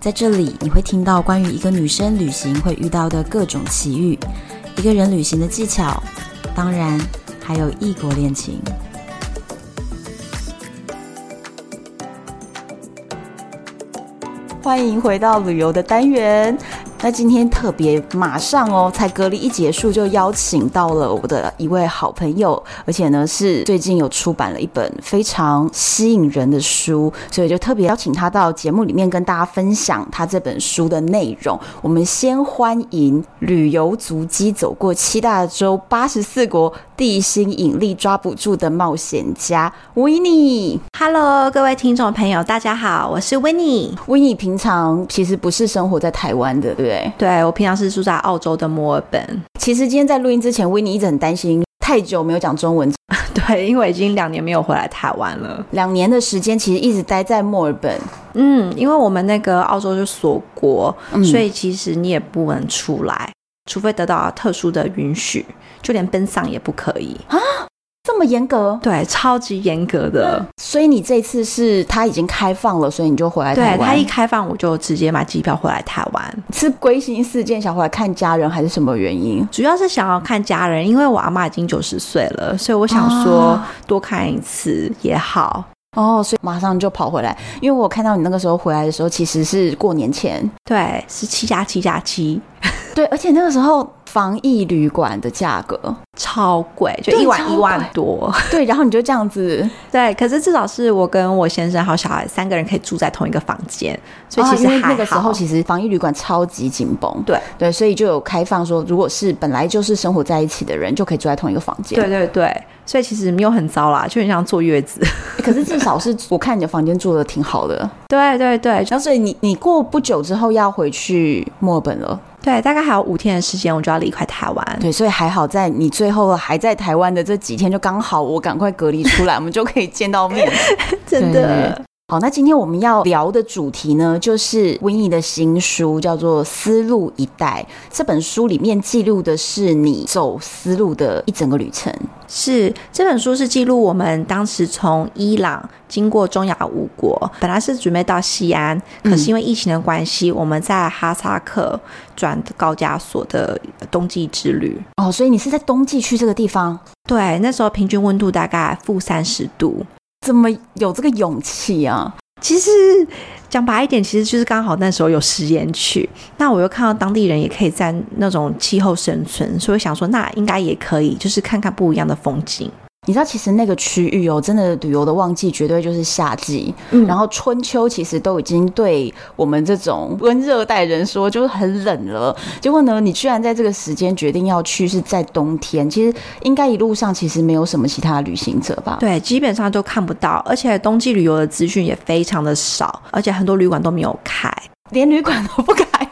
在这里，你会听到关于一个女生旅行会遇到的各种奇遇，一个人旅行的技巧，当然还有异国恋情。欢迎回到旅游的单元。那今天特别马上哦，才隔离一结束就邀请到了我的一位好朋友，而且呢是最近有出版了一本非常吸引人的书，所以就特别邀请他到节目里面跟大家分享他这本书的内容。我们先欢迎旅游足迹走过七大洲八十四国，地心引力抓不住的冒险家维尼。 Hello，各位听众朋友，大家好，我是 w i n n i 维尼平常其实不是生活在台湾的，对不对？对我平常是住在澳洲的墨尔本，其实今天在录音之前，维尼一直很担心，太久没有讲中文， 对，因为已经两年没有回来台湾了。两年的时间其实一直待在墨尔本。嗯，因为我们那个澳洲是锁国，嗯所以其实你也不能出来，除非得到特殊的允许，就连奔丧也不可以。这么严格， 对，超级严格的。所以你这次是它已经开放了，所以你就回来对台他湾一。开放，我就直接买机票回来台湾，是归心似箭想回来看家人，还是什么原因？主要是想要看家人，因为我阿妈已经九十岁了，所以我想说啊多看一次也好。哦，所以马上就跑回来，因为我看到你那个时候回来的时候，其实是过年前，对，是七加七加七，对，而且那个时候防疫旅馆的价格，超贵，就对一晚超一万多。 对，然后你就这样子，对，可是至少是我跟我先生还有小孩三个人可以住在同一个房间，所以啊其实因为还好。那个时候其实防疫旅馆超级紧绷，对对，所以就有开放说，如果是本来就是生活在一起的人，就可以住在同一个房间。对对对，所以其实没有很糟啦，就很像坐月子。 对， 可是至少是我看你的房间住的挺好的。对对对就然后所以你你过不久之后要回去墨尔本了，对，大概还有五天的时间，我就要离开台湾。对，所以还好在你最后还在台湾的这几天，就刚好我赶快隔离出来，我们就可以见到面。真的，好，那今天我们要聊的主题呢，就是 w i n n i 的新书，叫做《丝路一带》。这本书里面记录的是你走丝路的一整个旅程。是这本书是记录我们当时从伊朗经过中亚五国，本来是准备到西安，嗯可是因为疫情的关系，我们在哈萨克转高加索的冬季之旅。哦，所以你是在冬季去这个地方，对，那时候平均温度大概负三十度。怎么有这个勇气啊？其实讲白一点，其实就是刚好那时候有食盐区，那我又看到当地人也可以在那种气候生存，所以我想说那应该也可以，就是看看不一样的风景。你知道，其实那个区域哦，真的旅游的旺季绝对就是夏季，嗯然后春秋其实都已经对我们这种温热带人说就是很冷了。结果呢，你居然在这个时间决定要去，是在冬天。其实应该一路上其实没有什么其他旅行者吧？对，基本上都看不到，而且冬季旅游的资讯也非常的少，而且很多旅馆都没有开。连旅馆都不开。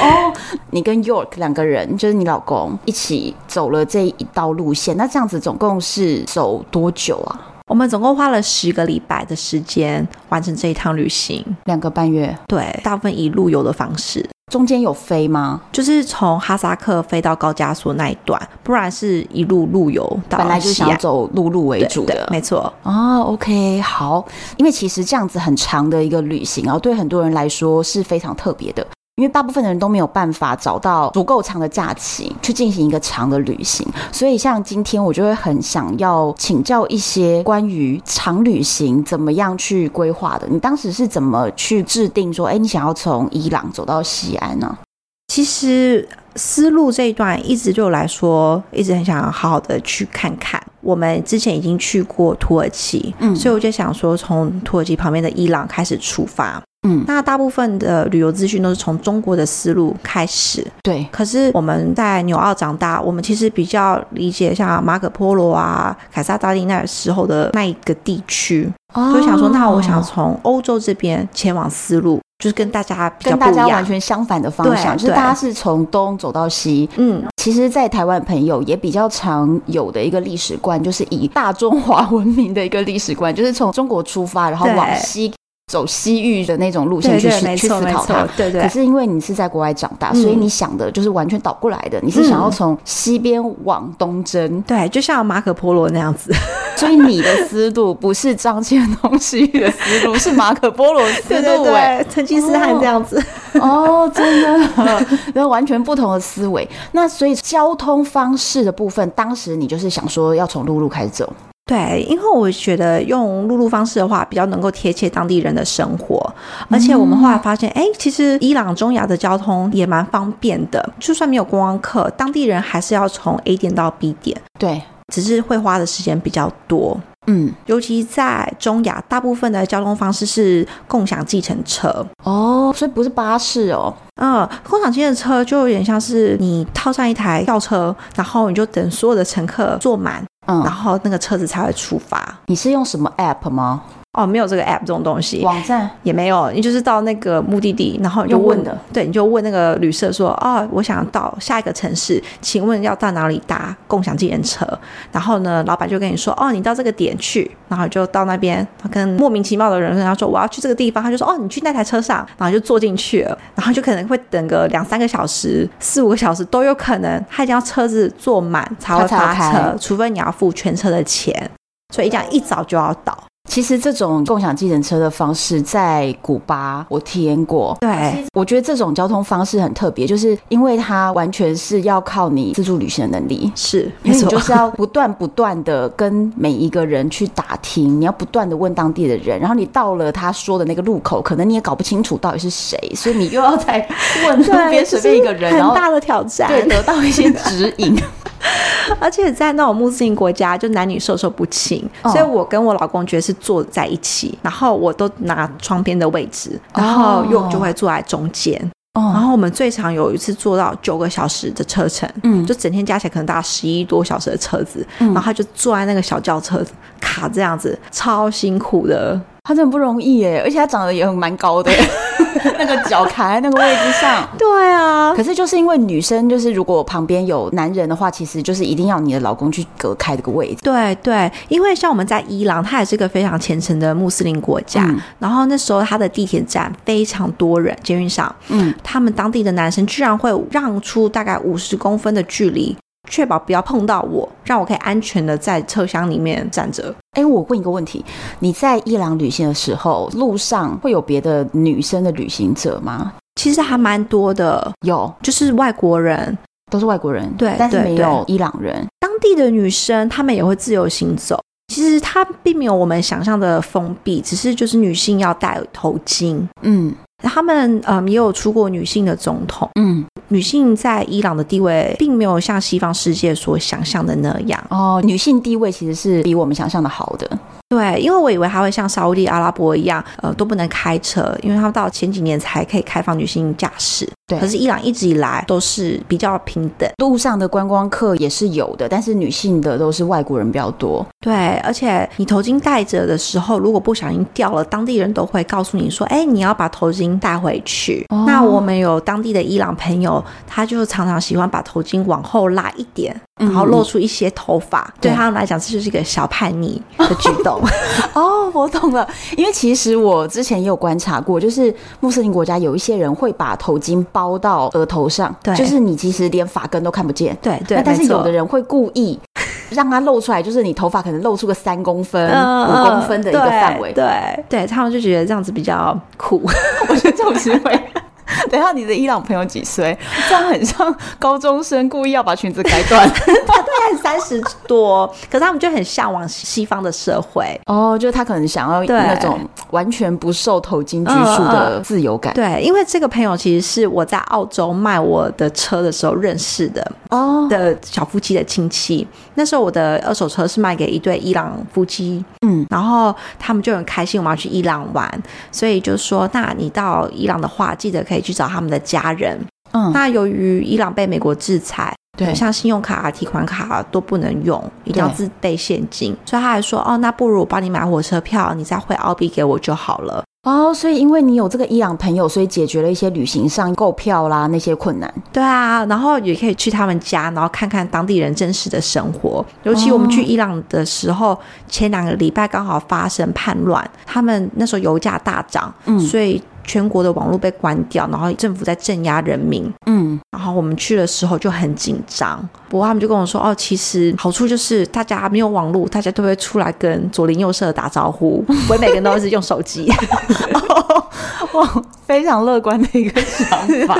哦，你跟 York 两个人，就是你老公一起走了这一道路线，那这样子总共是走多久啊？我们总共花了十个礼拜的时间完成这一趟旅行，两个半月，对，大部分以陆游的方式，中间有飞吗？就是从哈萨克飞到高加索那一段，不然是一路陆游到本来就西想要安走陆路为对主啊对的，没错，哦，OK，好，因为其实这样子很长的一个旅行啊，对很多人来说是非常特别的，因为大部分的人都没有办法找到足够长的假期去进行一个长的旅行，所以像今天我就会很想要请教一些关于长旅行怎么样去规划的。你当时是怎么去制定说，哎，你想要从伊朗走到西安呢、其实丝路这一段一直对我来说，一直很想好好的去看看。我们之前已经去过土耳其，嗯所以我就想说，从土耳其旁边的伊朗开始出发。嗯那大部分的旅游资讯都是从中国的丝路开始，对，可是我们在纽澳长大，我们其实比较理解像马可波罗啊、凯撒大帝那时候的那一个地区，所所以想说，那我哦想从欧洲这边前往丝路，就是跟大家比较跟不大一家样完。全相反的方对向，就是对大家是从东走到西。嗯，其实，在台湾朋友也比较常有的一个历史观，就是以大中华文明的一个历史观，就是从中国出发，然后对往西走西域的那种路线对去对，思没去错思没考错它。，对可对是因为你是在国外长大，嗯所以你想的就是完全倒过来的，你是想要嗯从西边往东征，对，就像马可波罗那样子。所以你的思路不是张骞东西的思路，是马可波罗思 路哎、，成吉思汗这样子。 哦，真的，那完全不同的思维。那所以交通方式的部分，当时你就是想说要从陆路开始走，对，因为我觉得用陆路方式的话，比较能够贴切当地人的生活，而且我们后来发现，哎、其实伊朗中亚的交通也蛮方便的，就算没有观光客，当地人还是要从 A 点到 B 点，对，只是会花的时间比较多。嗯，尤其在中亚，大部分的交通方式是共享计程车，哦，所以不是巴士哦，嗯，共享计程车就有点像是你套上一台轿车，然后你就等所有的乘客坐满，然嗯，后那个车子才会出发。你是用什么 app 吗？哦，没有这个 app 这种东西，网站？也没有，你就是到那个目的地，然后你就用问问的，对，你就问那个旅社说，哦，我想到下一个城市，请问要到哪里搭共享计程车？然后呢，老板就跟你说，哦，你到这个点去，然后你就到那边，然后跟莫名其妙的人跟他说我要去这个地方，他就说，哦，你去那台车上，然后就坐进去了，然后就可能会等个两三个小时、四五个小时都有可能，他一定要车子坐满才会他才发开车，除非你要付全车的钱，所以一定要一早就要到。其实这种共享计程车的方式，在古巴我体验过。对，我觉得这种交通方式很特别，就是因为它完全是要靠你自助旅行的能力。是，因没为你错，就是要不断不断的跟每一个人去打听，你要不断的问当地的人，然后你到了他说的那个路口，可能你也搞不清楚到底是谁，所以你又要再问 路边随便一个人，就是然很后大的挑战。对得到一些指 引。而且在那种穆斯林国家，就男女授受不亲，哦所以我跟我老公觉得是坐在一起，然后我都拿窗边的位置，然后哦又就会坐在中间。然哦，后我们最长有一次坐到九个小时的车程，嗯就整天加起来可能大概十一多小时的车子，嗯然后他就坐在那个小轿车卡这样子，超辛苦的。他真的不容易耶，而且他长得也很蛮高 的耶，那个脚卡在那个位置上。对啊，可是就是因为女生，就是如果旁边有男人的话，其实就是一定要你的老公去隔开这个位置。对对，因为像我们在伊朗，它也是个非常虔诚的穆斯林国家。嗯然后那时候它的地铁站非常多人，捷运上，嗯，他们当地的男生居然会让出大概五十公分的距离，确保不要碰到我，让我可以安全的在车厢里面站着。哎，我问一个问题，你在伊朗旅行的时候，路上会有别的女生的旅行者吗？其实还蛮多的，有，就是外国人，都是外国人，对但是对没有伊朗人。当地的女生，她们也会自由行走。其实它并没有我们想象的封闭，只是就是女性要戴头巾。嗯他们嗯也有出过女性的总统。嗯，女性在伊朗的地位并没有像西方世界所想象的那样。哦，女性地位其实是比我们想象的好的。对，因为我以为她会像沙烏地阿拉伯一样，呃，都不能开车，因为他们到前几年才可以开放女性驾驶。对可是伊朗一直以来都是比较平等。路上的观光客也是有的，但是女性的都是外国人比较多。 对，而且你头巾戴着的时候，如果不小心掉了，当地人都会告诉你说：“哎，你要把头巾带回去。哦那我们有当地的伊朗朋友，他就常常喜欢把头巾往后拉一点，嗯然后露出一些头发。对对他们来讲，这就是一个小叛逆的举 动。哦，我懂了，因为其实我之前也有观察过，就是穆斯林国家有一些人会把头巾包到额头上，对就是你其实连发根都看不见。对对那，但是没错有的人会故意让它露出来，就是你头发可能露出个三公分、五、嗯公分的一个对范围。对对，他们就觉得这样子比较 酷。我觉得这种行为。 等一 下，你的伊朗朋友几岁？这样很像高中生故意要把裙子改短。才三十多，可是他们就很向往西方的社会。哦，就是他可能想要对那种完全不受头巾拘束嗯嗯的嗯自由感。对，因为这个朋友其实是我在澳洲卖我的车的时候认识的哦，的小夫妻的亲戚。那时候我的二手车是卖给一对伊朗夫妻，嗯，然后他们就很开心我们要去伊朗玩，所以就说，那你到伊朗的话，记得可以去找他们的家人。嗯，那由于伊朗被美国制裁，对，像信用卡、提款卡都不能用，一定要对自备现金。所以他还说，哦，那不如我帮你买火车票，你再汇澳币给我就好了。哦，所以因为你有这个伊朗朋友，所以解决了一些旅行上购票啦那些困难。对啊，然后也可以去他们家，然后看看当地人真实的生活。尤其我们去伊朗的时候，前两个礼拜刚好发生叛乱，他们那时候油价大涨，嗯所以全国的网络被关掉，然后政府在镇压人民。嗯，然后我们去的时候就很紧张，不过他们就跟我说，哦，其实好处就是大家没有网络，大家都会出来跟左邻右舍打招呼，不会每个人都是用手机。 哇，非常乐观的一个想法。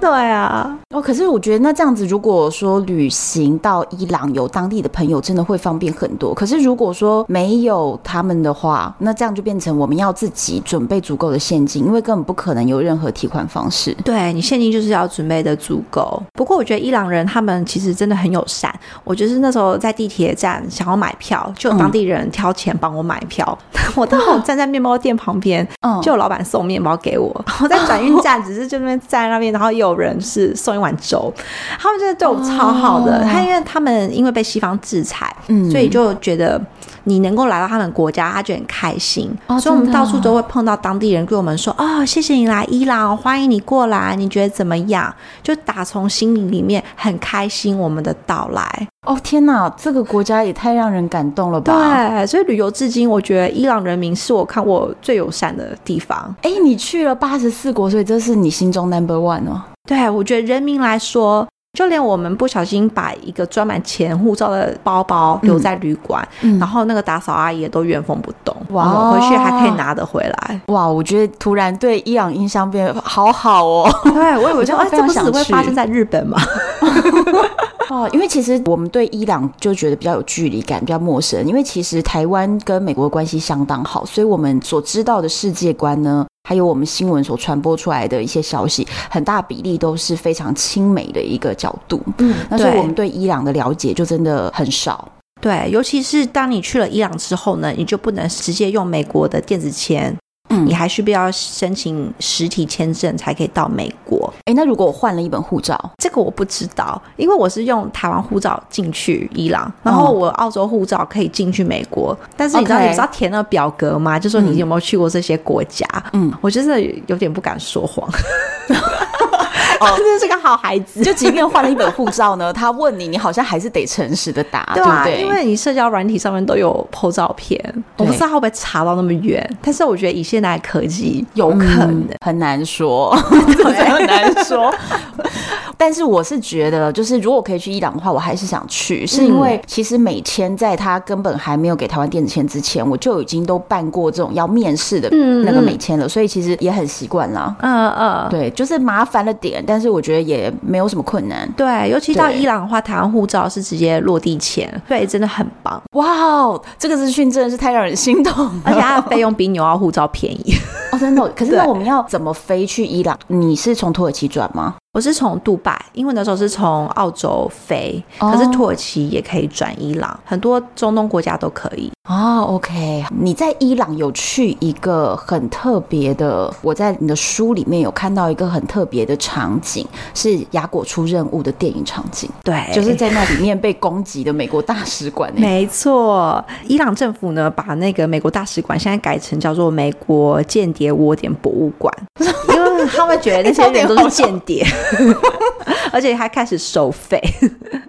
对啊，哦，可是我觉得那这样子，如果说旅行到伊朗有当地的朋友，真的会方便很多。可是如果说没有他们的话，那这样就变成我们要自己准备足够的现金，因为根本不可能有任何提款方式。对你现金就是要准备的足够。不过我觉得伊朗人他们其实真的很友善。我就是那时候在地铁站想要买票，就有当地人挑钱帮我买票。 我刚好站在面包店旁边，嗯，就有老板送面包给 我。然后在转运站，只是这边站在那边，然后有人是送一碗粥，他们真的对我超好的。哦他因为他们因为被西方制裁，嗯所以就觉得你能够来到他们国家，他就很开心。哦所以我们真的到哦处都会碰到当地人对我们说：“哦，谢谢你来伊朗，欢迎你过来，你觉得怎么样？”就打从心里里面很开心我们的到来。哦天哪，这个国家也太让人感动了吧！对，所以旅游至今，我觉得伊朗人民是我看过最友善的地方。哎，你去了八十四国，所以这是你心中 number one 哦。对，我觉得人民来说，就连我们不小心把一个装满钱护照的包包留在旅馆，嗯然后那个打扫阿姨也都原封不动，哇。我们回去还可以拿得回来 哇，我觉得突然对伊朗印象变好好哦。对，我以为我说，真的哎，非这常不想是只会去发生在日本吗？哦，因为其实我们对伊朗就觉得比较有距离感，比较陌生。因为其实台湾跟美国的关系相当好，所以我们所知道的世界观呢，还有我们新闻所传播出来的一些消息，很大比例都是非常亲美的一个角度。 嗯，那所以我们对伊朗的了解就真的很少。对，尤其是当你去了伊朗之后呢，你就不能直接用美国的电子签，嗯你，还需要申请实体签证才可以到美国。哎，那如果我换了一本护照， 这个我不知道，因为我是用台湾护照进去伊朗，然后我澳洲护照可以进去美国，但是你知道哦 OK 你知道填那个表格吗？就说你有没有去过这些国家？嗯，哦我真的有点不敢说 谎， 真的是个好孩子。就即便换了一本护照呢，他问你，你好像还是得诚实的答，对不啊，对？因为你社交软体上面都有 PO 照片，我不知道会不会查到那么远，但是我觉得以现在的科技有可能嗯。很难 说，真的很难说。但是我是觉得，就是如果可以去伊朗的话，我还是想去，是因为其实美签在他根本还没有给台湾电子签之前，我就已经都办过这种要面试的嗯那个嗯美签了，所以其实也很习惯啦。嗯嗯，对，就是麻烦了点，但是我觉得也没有什么困难。对，尤其到对伊朗的话，台湾护照是直接落地签，对，真的很棒，哇哦，这个资讯真的是太让人心动了， 而且它的费用比纽澳护照便宜。哦，真的哦。可是那对我们要怎么飞去伊朗？你是从土耳其转吗？我是从杜拜，因为那时候是从澳洲飞，哦可是土耳其也可以转伊朗，很多中东国家都可以。哦，OK，你在伊朗有去一个很特别的，我在你的书里面有看到一个很特别的场景，是雅果出任务的电影场景，对，就是在那里面被攻击的美国大使馆、 欸。没错。伊朗政府呢，把那个美国大使馆现在改成叫做美国间谍窝点博物馆，因为他们觉得那些人都是间谍， 而且还开始收费。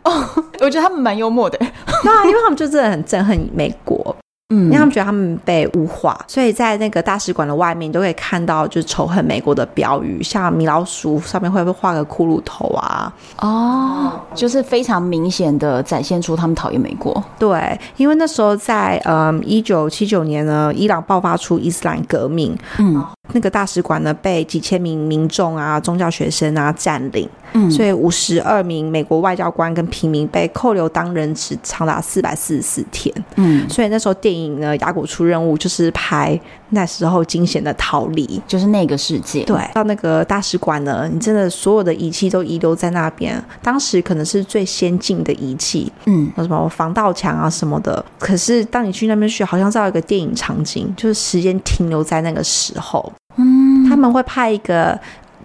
我觉得他们蛮幽默的。对啊，因为他们就真的很憎恨美国。嗯因为他们觉得他们被污化，所以在那个大使馆的外面，你都可以看到就是仇恨美国的标语，像米老鼠上面会不会画个骷髅头啊？哦，就是非常明显的展现出他们讨厌美国。对，因为那时候在嗯一九七九年呢，伊朗爆发出伊斯兰革命，嗯，那个大使馆呢被几千名民众啊、宗教学生啊占领，嗯所以五十二名美国外交官跟平民被扣留当人质长达四百四十四天。嗯，所以那时候电影呢，雅古出任务就是拍那时候惊险的逃离。就是那个世界，对，到那个大使馆呢，你真的所有的仪器都遗留在那边。当时可能是最先进的仪器，嗯，有什么防盗墙啊什么的。可是当你去那边去，好像到一个电影场景，就是时间停留在那个时候。嗯，他们会派一个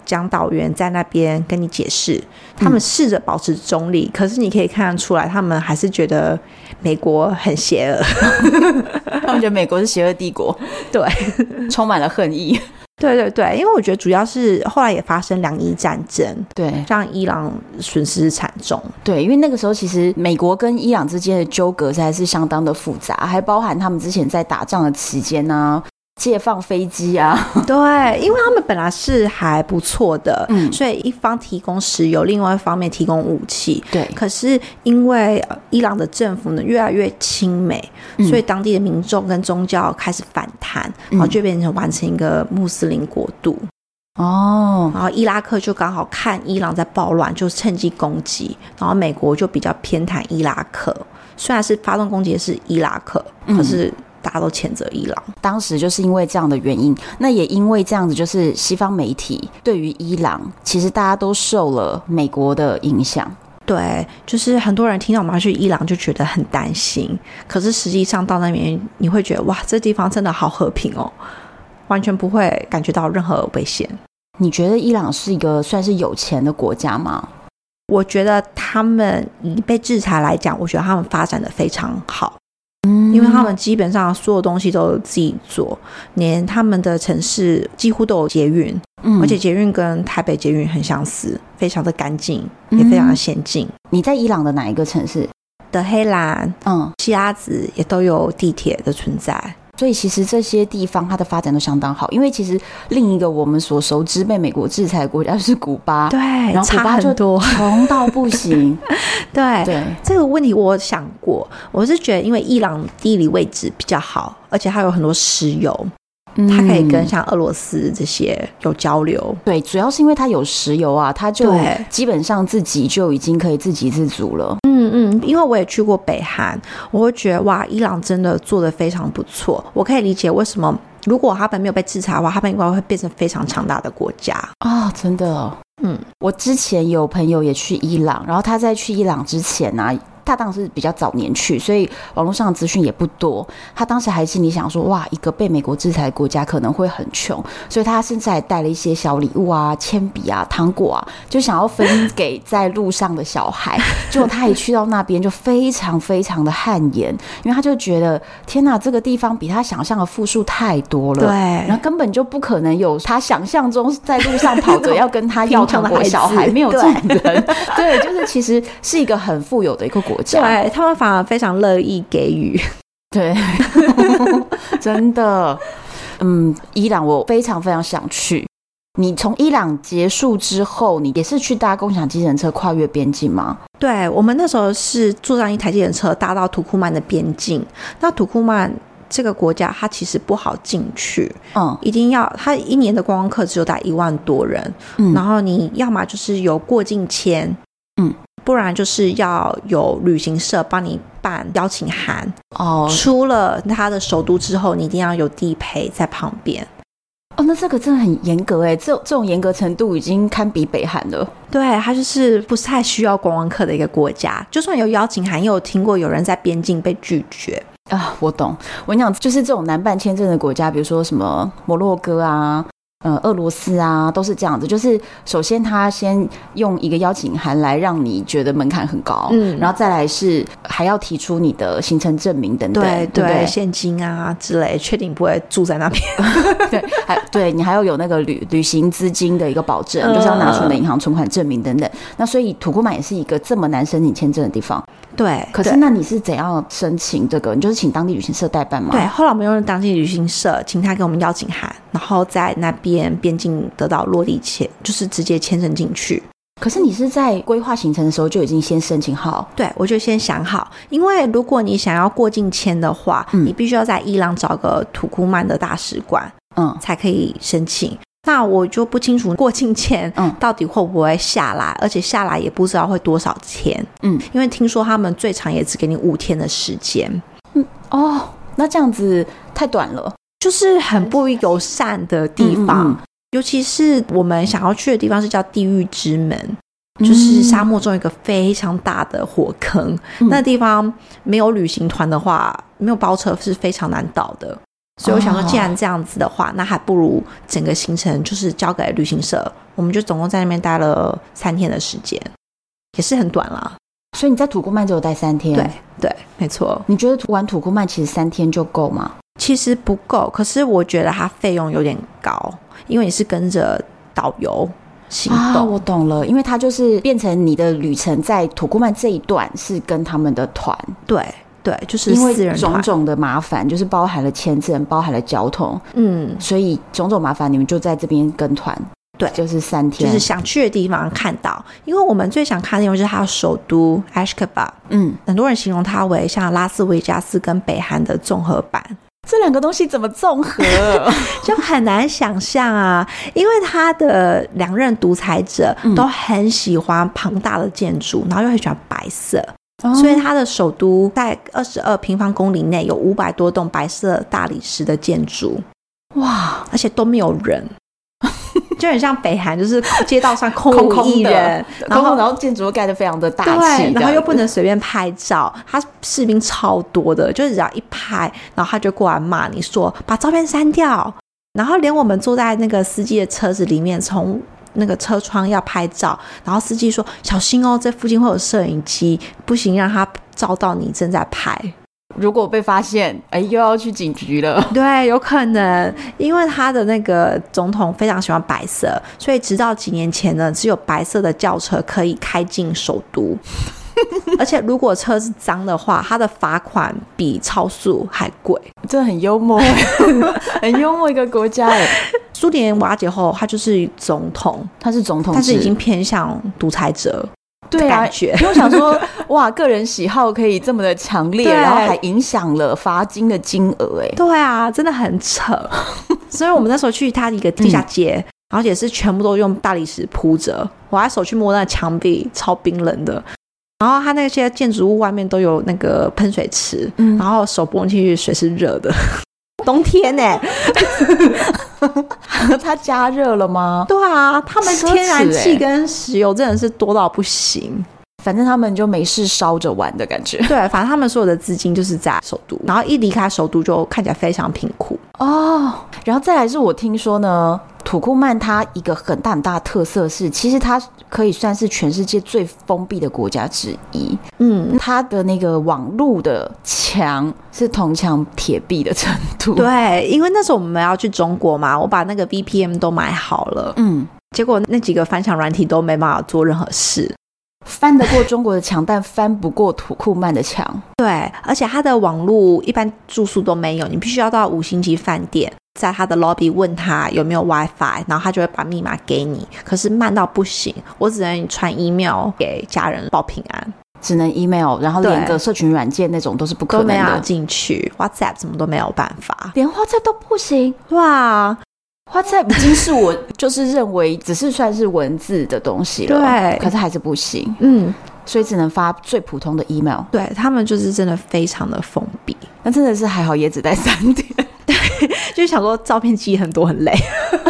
讲导员在那边跟你解释，他们试着保持中立，可是你可以看得出来，他们还是觉得美国很邪恶。他们觉得美国是邪恶帝国， 对，嗯充满了恨意，对对对，因为我觉得主要是后来也发生两伊战争，对让伊朗损失惨重。对，因为那个时候其实美国跟伊朗之间的纠葛实在是相当的复杂，还包含他们之前在打仗的期间呢、借放飞机啊，对，因为他们本来是还不错的，嗯所以一方提供石油，另外一方面提供武器。对可是因为呃伊朗的政府呢越来越亲美，嗯所以当地的民众跟宗教开始反弹，然后就变成完成一个穆斯林国度。哦，然后伊拉克就刚好看伊朗在暴乱，就趁机攻击，然后美国就比较偏袒伊拉克，虽然是发动攻击的是伊拉克，嗯可是大家都谴责伊朗。当时就是因为这样的原因，那也因为这样子，就是西方媒体对于伊朗，其实大家都受了美国的影响。对，就是很多人听到我们要去伊朗就觉得很担心，可是实际上到那边你会觉得哇，这地方真的好和平哦，完全不会感觉到任何危险。你觉得伊朗是一个算是有钱的国家吗？我觉得他们以被制裁来讲，我觉得他们发展的非常好。嗯因为他们基本上所有东西都自己做，连他们的城市几乎都有捷运，嗯而且捷运跟台北捷运很相似，非常的干净，嗯也非常的先进。你在伊朗的哪一个城市？德黑兰、嗯，希拉子也都有地铁的存在。所以其实这些地方它的发展都相当好。因为其实另一个我们所熟知被美国制裁的国家是古巴，对，然后古差巴就很多。穷到不行。 对，对，这个问题我想过，我是觉得因为伊朗地理位置比较好，而且它有很多石油，它可以跟嗯像俄罗斯这些有交流。对，主要是因为它有石油啊，它就对基本上自己就已经可以自给自足了。嗯嗯，因为我也去过北韩，我会觉得哇，伊朗真的做的非常不错。我可以理解为什么，如果他们没有被制裁的话，他们应该会变成非常强大的国家。啊、真的哦，嗯，我之前有朋友也去伊朗，然后他在去伊朗之前呢、啊。他当时比较早年去，所以网络上的资讯也不多。他当时还心里想说：“哇，一个被美国制裁的国家可能会很穷。”所以他甚至还带了一些小礼物啊、铅笔啊、糖果啊，就想要分给在路上的小孩。结果他一去到那边，就非常非常的汗颜，因为他就觉得天哪，这个地方比他想象的富庶太多了。对，然后根本就不可能有他想象中在路上跑着要跟他要糖 果的小平常的孩孩，子没有这种人。对，就是其实是一个很富有的一个国家。对他们反而非常乐意给予。对， 真的，嗯，伊朗我非常非常想去。你从伊朗结束之后，你也是去搭共享计程车跨越边境吗？对我们那时候是坐上一台计程车搭到土库曼的边境，那土库曼。这个国家它其实不好进去，嗯一定要它一年的观光客只有大概一万多人，然嗯后你要么就是有过境签，嗯，不然就是要有旅行社帮你办邀请函。哦出了它的首都之后，你一定要有地陪在旁边。哦，那这个真的很严格哎，这这种严格程度已经堪比北韩了。对，它就是不太需要观光客的一个国家。就算有邀请函，也有听过有人在边境被拒绝。啊，我懂。我跟你讲，就是这种难办签证的国家，比如说什么摩洛哥啊。呃，俄罗斯啊，都是这样子。就是首先，他先用一个邀请函来让你觉得门槛很高，嗯然后再来是还要提出你的行程证明等等，对对不对现金啊之类，确定不会住在那边。 对，还 对你还要有那个旅旅行资金的一个保证，嗯就是要拿出你的银行存款证明等等。那所以土库曼也是一个这么难申请签证的地方。对，可是对那你是怎样申请这个？你就是请当地旅行社代办吗？对，后来我们用当地旅行社，请他给我们邀请函，然后在那边边境得到落地签，就是直接签证进去。可是你是在规划行程的时候就已经先申请好对，我就先想好，因为如果你想要过境签的话，嗯你必须要在伊朗找个土库曼的大使馆嗯才可以申请。那我就不清楚过境前嗯到底会不会下来，而且下来也不知道会多少钱。嗯，因为听说他们最长也只给你五天的时间，哦，那这样子太短了。就是很不友善的地方。嗯嗯嗯尤其是我们想要去的地方是叫地狱之门，就是沙漠中一个非常大的火坑。嗯那地方没有旅行团的话，没有包车是非常难到的。所以我想说，哦既然这样子的话，那还不如整个行程就是交给旅行社，我们就总共在那边待了三天的时间，也是很短啦。所以你在土库曼只有待三天。对，对，没错，你觉得玩土库曼其实三天就够吗？其实不够，可是我觉得它费用有点高，因为你是跟着导游行啊，动。我懂了，因为它就是变成你的旅程在土库曼这一段是跟他们的团，对对，就是因私为人种团。种的麻烦，就是包含了签证，包含了交通，嗯，所以种种麻烦，你们就在这边跟团，对就是三就天，是想去的地方看到，因为我们最想看的地方就是它的首都 Ashgabat。嗯，很多人形容它为像拉斯维加斯跟北韩的综合版，这两个东西怎么综 合？就很难想象啊，因为它的两任独裁者嗯都很喜欢庞大的建筑，然后又很喜欢白色，所所以以它的首都在二十二平方公里内有五百多栋白色大理石的建筑，哇，而且都没有人。就很像北韩，就是街道上空空 无空一的人，然然后后然后建筑盖得非常的大气对，，然后又不能能随便拍照，他士兵超多的，就是只要一拍，然后他就过来骂你说把照片删掉，然后连我们坐在那个司机的车子里面，从那个车窗要拍照，然后司机说小心哦，这附近会有摄影机，不行让他照到你正在拍。如果被发现，哎，又要去警局了。 对，有可能，因为他的那个总统非常喜欢白色，所以直到几年前呢，只有白色的轿车可以开进首都。 而且如果车是脏的话，他的罚款比超速还贵。真的很幽默， 很幽默一个国家哎。苏联瓦解后，他就是总统，他是总统制，但是已经偏向独裁者的对啊感。觉。因为我想说， 哇，个人喜好可以这么的强烈，对然后还影响了罚金的金额，哎，对啊，真的很扯。 所以我们那时候去他一个地下嗯街，然后也是全部都用大理石铺着，我还手去摸那个墙壁，超冰冷的。然后他那些建筑物外面都有那个喷水池，嗯然后手拨进去水是热的， 冬天欸呢、 他加热了吗？对啊，他们奢侈天然气欸跟石油真的是多到不行。反正他们就没事烧着玩的感觉。对，反正他们所有的资金就是在首都，然后一离开首都就看起来非常贫苦。哦，然后再来是我听说呢，土库曼它一个很大很大的特色是，其实它可以算是全世界最封闭的国家之一。嗯，它的那个网路的墙是铜墙铁壁的程度。，对，啊因为那时候我们要去中国嘛，我把那个 VPN 都买好了，嗯，结果那几个翻墙软体都没办法做任何事。翻得过中国的墙，但翻不过土库曼的墙。对，而且它的网络一般住宿都没有，你必须要到五星级饭店，在它的 lobby 问他有没有 WiFi，然后他就会把密码给你。可是慢到不行，我只能传 email 给家人报平安，只能 email，然后对连个社群软件那种都是不可都没能有的，进去，WhatsApp 什么都没有办法。啊连花菜都不行。哇，花菜已经是我就是认为只是算是文字的东西了，对可是还是不行，嗯，所以只能发最普通的 email。对他们就是真的非常的封闭，那真的是还好，也只待三天，就想说照片记很多很累。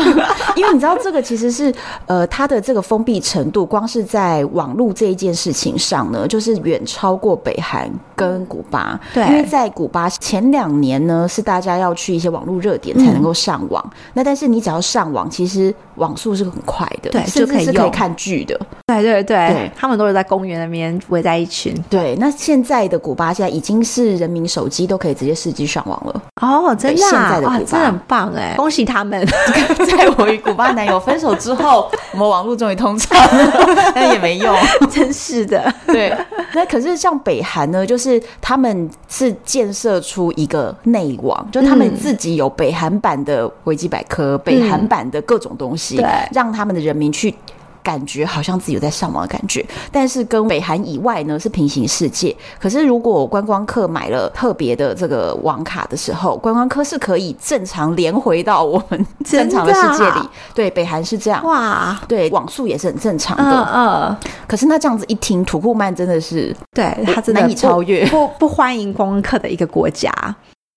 因为你知道这个其实是呃，它的这个封闭程度，光是在网络这一件事情上呢，就是远超过北韩跟古巴。对因为在古巴前两年呢，是大家要去一些网络热点才能够上网。嗯那但是你只要上网，其实网速是很快的，对甚就可至以是可以用看剧的。 对对对，对他们都是在公园那边围在一群。对，那现在的古巴现在已经是人民手机都可以直接视机上网了。哦，真的、对啊、现在的哇，古巴真的很棒哎，恭喜他们！ 在我与古巴男友分手之后，我们网络终于通畅了，但也没用。真是的， 对，那可是像北韩呢，就是他们是建设出一个内嗯网，就他们自己有北韩版的维基百科、北韩版的各种东西，对让他们的人民去。感觉好像自己有在上网的感觉，但是跟北韩以外呢是平行世界。可是如果观光客买了特别的这个网卡的时候，观光客是可以正常连回到我们 真正的常的世界里啊。对，北韩是这样。哇，对，网速也是很正常嗯的。嗯，可是那这样子一听，土库曼真的是对他真的难以不超越不不欢迎观光客的一个国家。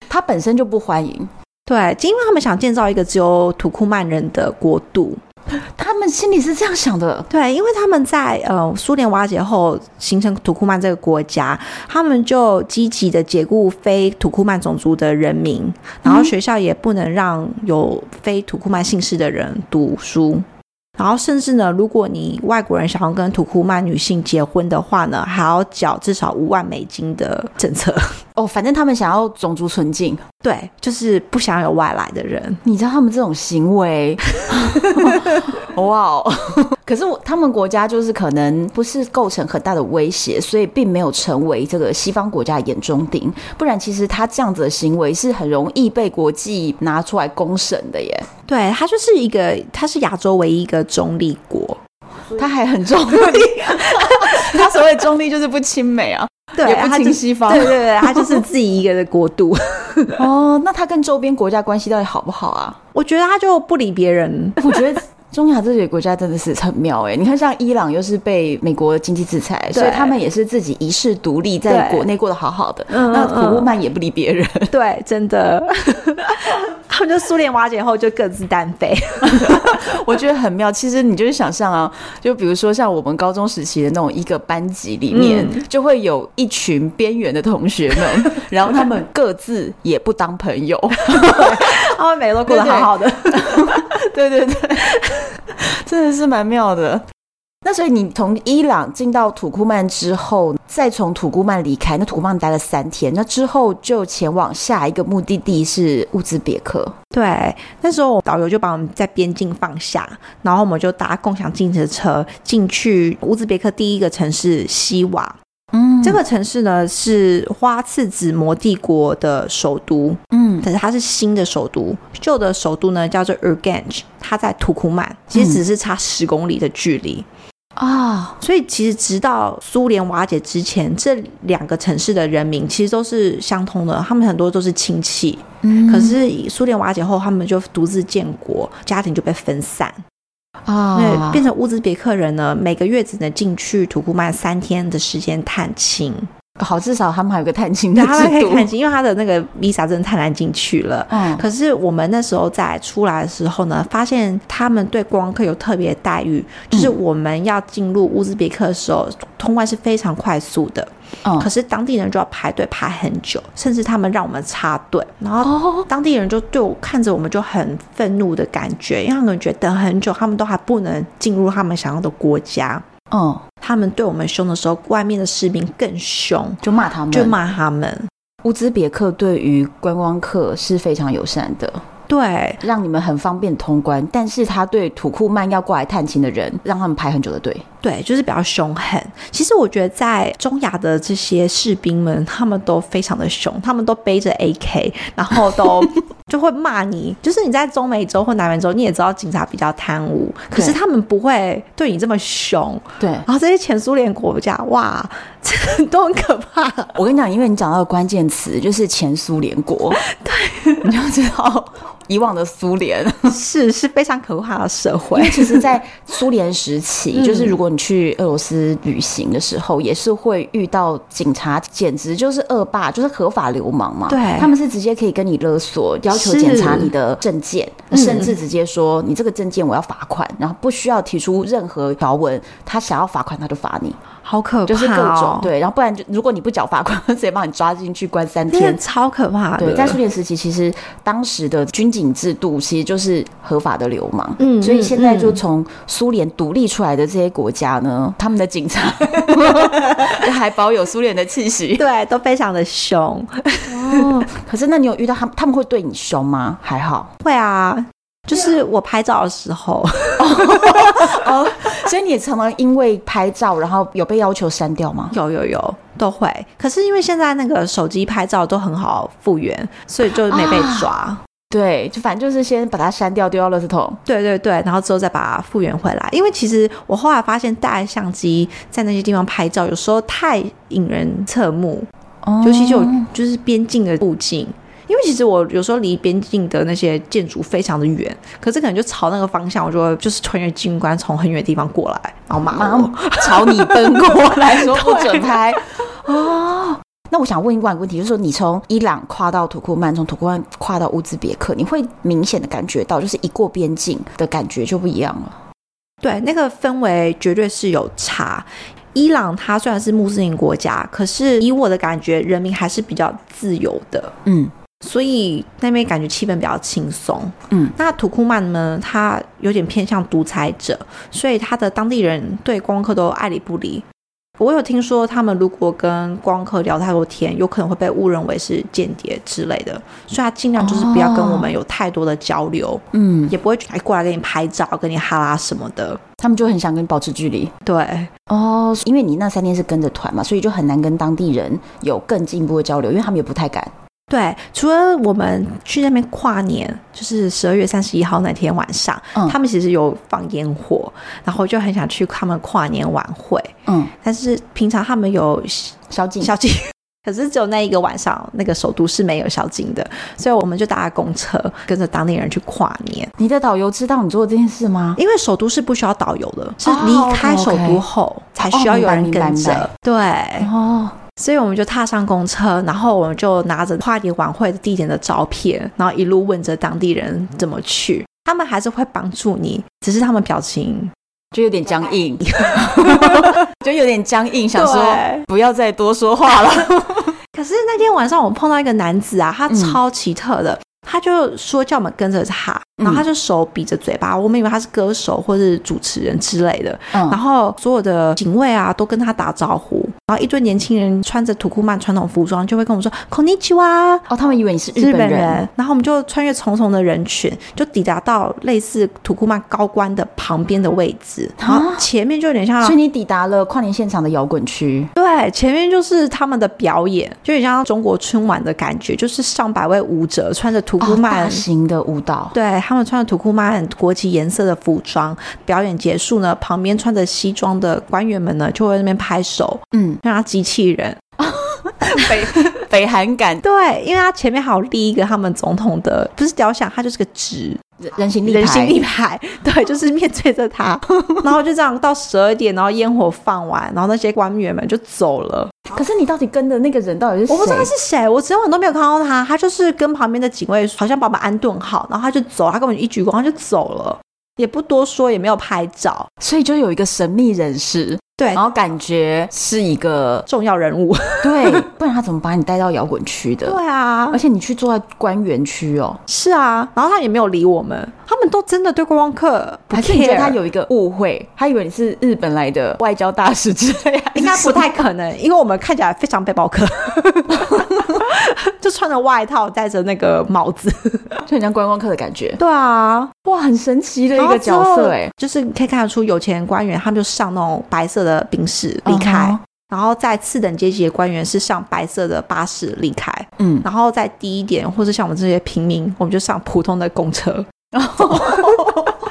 它本身就不欢迎。对，因为他们想建造一个只有土库曼人的国度。他们心里是这样想的，对，因为他们在呃苏联瓦解后形成土库曼这个国家，他们就积极的解雇非土库曼种族的人民，然后学校也不能让有非土库曼姓氏的人读书。然后甚至呢，如果你外国人想要跟土库曼女性结婚的话呢，还要缴至少五万美金的政策。 哦，反正他们想要种族纯净。对，就是不想有外来的人。你知道他们这种行为， 哇哦！可是我他们国家就是可能不是构成很大的威胁，所以并没有成为这个西方国家的眼中钉。不然，其实他这样子的行为是很容易被国际拿出来公审的耶。对，它就是一个，它是亚洲唯一一个中立国。他还很中立， 他所谓中立就是不亲美啊，对，也不它亲就西方对。对对，它就是自己一个的国度。哦，那他跟周边国家关系到底好不好啊？我觉得他就不理别人。 我觉得中亚这些国家真的是很妙哎、你看，像伊朗又是被美国经济制裁，所以他们也是自己一世独立，在对国内过得好好的。嗯那嗯土库曼也不理别 人， 对，真的， 他们就苏联瓦解后就各自单 飞。我觉得很妙。其实你就是想象啊，就比如说像我们高中时期的那种一个班级里面，嗯就会有一群边缘的同学 们，然后他们各自也不当朋友。他们每个都过得好好的。 对对对，真的是蛮妙的。那所以你从伊朗进到土库曼之后，再从土库曼离开，那土库曼待了三天，那之后就前往下一个目的地是乌兹别克。 对，那时候导游就把我们在边境放下，然后我们就搭共享计程车进去乌兹别克第一个城市西瓦。嗯这个城市呢是花次子模帝国的首都，嗯但是它是新的首都，旧的首都呢叫做 Urgenj，它在土库曼，其实只是差十公里的距离。啊，所以其实直到苏联瓦解之前，这两个城市的人民其实都是相通的，他们很多都是亲戚。嗯可是苏联瓦解后，他们就独自建国，家庭就被分散，啊对，，变成乌兹别克人呢，每个月只能进去土库曼三天的时间探 亲。好，至少他们还有个探亲的对，他们可制以看度。清，因为他的那个 visa 真的太难进去了。嗯，可是我们那时候在出来的时候呢，发现他们对观光客有特别待遇，就是我们要进入乌兹别克的时候，通关是非常快速的，嗯可是当地人就要排队排很久，甚至他们让我们插队，然后哦，当地人就对我看着我们就很愤怒的感觉，因为他们觉得等很久，他们都还不能进入他们想要的国家。嗯，他们对我们凶的时候，外面的士兵更凶，就骂他们，就。骂他们。乌兹别克对于观光客是非常友善的，对，让你们很方便通关，但是他对土库曼要过来探亲的人，让他们排很久的队。对，就是比较凶狠。其实我觉得在中亚的这些士兵们，他们都非常的凶，他们都背着 AK，然后 都就会骂你。就是你在中美洲或南美洲，你也知道警察比较贪污，可是对他们不会对你这么凶。对，然后这些前苏联国家，哇，这都很可怕。 我跟你讲，因为你讲到的关键词就是前苏联国， 对，你就知道以往的苏联。是是非常可怕的社因会为。其实，在苏联时期，嗯就是如果你去俄罗斯旅行的时候，也是会遇到警察，简直就是恶霸，就是合法流氓嘛。对他们是直接可以跟你勒索，要求是嗯检查你的证件，甚至直接说你这个证件我要罚款，然后不需要提出任何条文，他想要罚款他就罚你，好可怕、哦，就是各种，对，然后不然就如果你不缴罚款， 直接把你抓进去关三真天的。超可怕的。对，在苏联时期，其实当时的军警制度其实就是合法的流氓，嗯所以现在就从苏联独立出来的这些国家呢，他们的警察 就还保有苏联的气息。对都非常的凶。哦，可是那你有遇到他们，他们会对你凶吗？还好， 会啊，就是我拍照的时候。哦，所以你也常常因为拍照，然后有被要求删掉吗？有有有，都会。可是因为现在那个手机拍照都很好复原，所以就没被抓。对，就反正就是先把它删掉，丢到垃圾桶。对对对，然后之后再把它复原回来。因为其实我后来发现，带相机在那些地方拍照，有时候太引人侧目，哦尤其就就是边境的路径。因为其实我有时候离边境的那些建筑非常的远，可是可能就朝那个方向，我就会就是穿越军官从很远的地方过来，然后马骂我上。朝你奔过来说不对准 拍哦。那我想问一个问题，就是说你从伊朗跨到土库曼，从土库曼跨到乌兹别克，你会明显的感觉到，就是一过边境的感觉就不一样了。对，那个氛围绝对是有差。伊朗它虽然是穆斯林国家，可是以我的感觉，人民还是比较自由的，嗯，所以那边感觉气氛比较轻松。嗯，那土库曼呢，它有点偏向独裁者，所以他的当地人对观光客都爱理不理。我有听说，他们如果跟观光客聊太多天，有可能会被误认为是间谍之类的，所以他尽量就是不要跟我们有太多的交流，嗯，也不会哎过来跟你拍照、跟你哈拉什么的。他们就很想跟你保持距离对，哦，因为你那三天是跟着团嘛，所以就很难跟当地人有更进一步的交流，因为他们也不太敢。对，除了我们去那边跨年，就是十二月三十一号那天晚上，嗯他们其实有放烟火，然后就很想去他们跨年晚会，嗯，但是平常他们有宵禁，宵禁。 可是只有那一个晚上，那个首都是没有宵禁的，所以我们就搭公车跟着当地人去跨年。你的导游知道你做这件事吗？因为首都是不需要导游的，是哦离开 OK，OK 首都后才需要有人跟哦明白明白明着白。对，哦，所以我们就踏上公车，然后我们就拿着跨年晚会的地点的照片，然后一路问着当地人怎么去。他们还是会帮助你，只是他们表情就有点僵 硬，就有点僵硬，想说对不要再多说话了。可是那天晚上我碰到一个男子啊，他嗯嗯超奇特的，他就说叫我们跟着他，然后他就手比着嘴巴，我们以为他是歌手或是主持人之类的，然 嗯，后所有的警卫啊都跟他打招呼，然后一堆年轻人穿着土库曼传统服装就会跟我们说 k o n n i c h i w a 哦，他们以为你是日日本人，人，然后我们就穿越重重的人群，就抵达到类似土库曼高官的旁边的位置，啊然后前面就有点像所以你抵达了跨年现场的摇滚区。对，前面就是他们的表演，就很像中国春晚的感觉，就是上百位舞者穿着土库哦，曼。大型的舞蹈，对他们穿着土库曼国旗颜色的服装，表演结束呢，旁边穿着西装的官员们呢就会在那边拍手，嗯，让他机器人。北 北韩感，对，因为他前面还有立一个他们总统的，不是雕像，他就是个纸人人形立牌，人形立牌， 对，就是面对着他， 然后就这样到十二点，然后烟火放完，然后那些官员们就走了。可是你到底跟的那个人到底是谁？我不知道他是谁，我整晚都没有看到他。他就是跟旁边的警卫好像把我们安顿好，然后他就走，他根本一鞠躬他就走了，也不多说，也没有拍照。所以就有一个神秘人士，对然，后感觉是一个重要人物。对，不然他怎么把你带到摇滚区的？对啊而，且你去坐在官员区哦， 是啊，然后他也没有理我们，他们都真的对观光客不还是你觉得 care，他有一个误会，他以为你是日本来的外交大使之类， 应该不太可能，因为我们看起来非常背 包客，就穿着外套，戴着那个帽子。就很像观光客的感觉。对啊，哇，很神奇的然一后个哦之角后色哎，就是可以看得出有钱官员他们就上那种白色的宾士离开。嗯哼然后在次等阶级的官员是上白色的巴士离开，嗯，然后再低一点，或是像我们这些平民，我们就上普通的公车。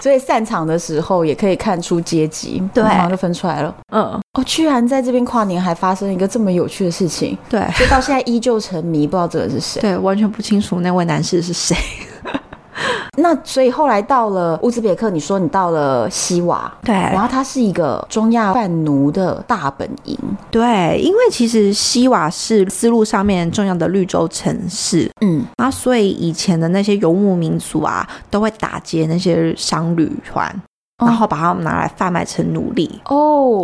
所以散场的时候也可以看出阶级，对马上就分出来了。嗯，哦，居然在这边跨年还发生一个这么有趣的事 情，对所以到现在依旧沉迷，不知道这个人是谁。对，完全不清楚那位男士是谁。那所以后来到了乌兹别克，你说你到了西瓦，对然后它是一个中亚贩奴的大本营，对，因为其实西瓦是丝路上面重要的绿洲城市，嗯，啊，所以以前的那些游牧民族啊，都会打劫那些商旅团，哦然后把他们拿来贩卖成奴隶，哦，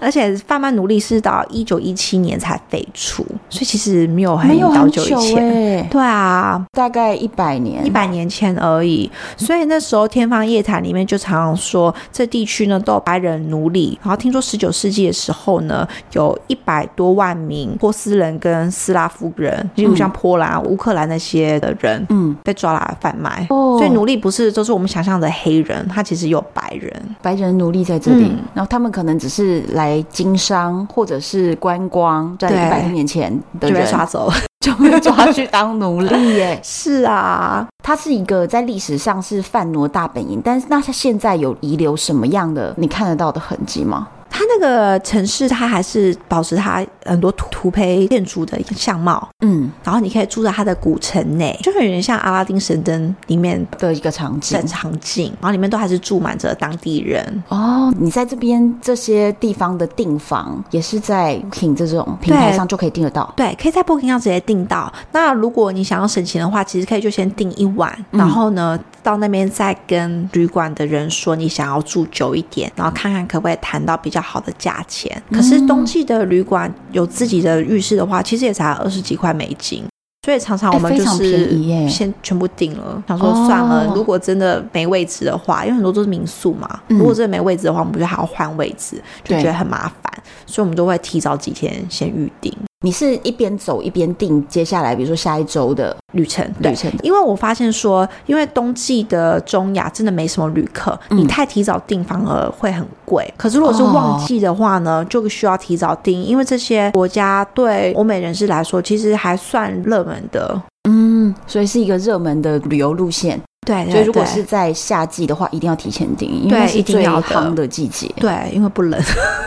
而且贩卖奴隶是到一九一七年才废除，所以其实没有很没有早很久久以前。哎、对啊，大概一百年，一百年前而已，所以那时候《天方夜谭》里面就常常说，这地区呢都有白人奴隶。然后听说十九世纪的时候呢，有一百多万名波斯人跟斯拉夫人，例如像波兰、啊乌克兰那些的人，嗯，被抓来贩卖。哦所以奴隶不是都是我们想象的黑人，他其实有白人。白人奴隶在这里，嗯然后他们可能只是来经商或者是观光，在对一百多年前的就被人抓走，。就被抓去当奴隶耶 是啊，它是一个在历史上是贩奴大本营，但是那它现在有遗留什么样的你看得到的痕迹吗？它那个城市它还是保持它很多土土坯建筑的相貌，嗯，然后你可以住在它的古城内，就很有点像《阿拉丁神灯》里面的一个场景的。场景，然后里面都还是住满着当地人。哦，你在这边这些地方的订房也是在 Booking 这种平台上就可以订得到。对，可以在 Booking 上直接订到。那如果你想要省钱的话，其实可以就先订一晚，嗯然后呢，到那边再跟旅馆的人说你想要住久一点，然后看看可不可以谈到比较好的价钱。可是嗯冬季的旅馆有自己的浴室的话，其实也才二十几块美金。所以常常我们哎非就常是便宜耶先全部订了，想说哦算了，如果真的没位置的话，因为很多都是民宿嘛，嗯如果真的没位置的话，我们就还要换位置，就对觉得很麻烦，所以我们都会提早几天先预定。你是一边走一边订接下来，比如说下一周的旅程，对旅程的因为我发现说，因为冬季的中亚真的没什么旅客，嗯你太提早订反而会很贵。可是如果是旺季的话呢，就需要提早订，因为这些国家对欧美人士来说其实还算热门的。嗯，所以是一个热门的旅游路线。对，对所以如果哎对是在夏季的话，一定要提前订，因为对那是一定最要的夯的季 节。对，因为不冷，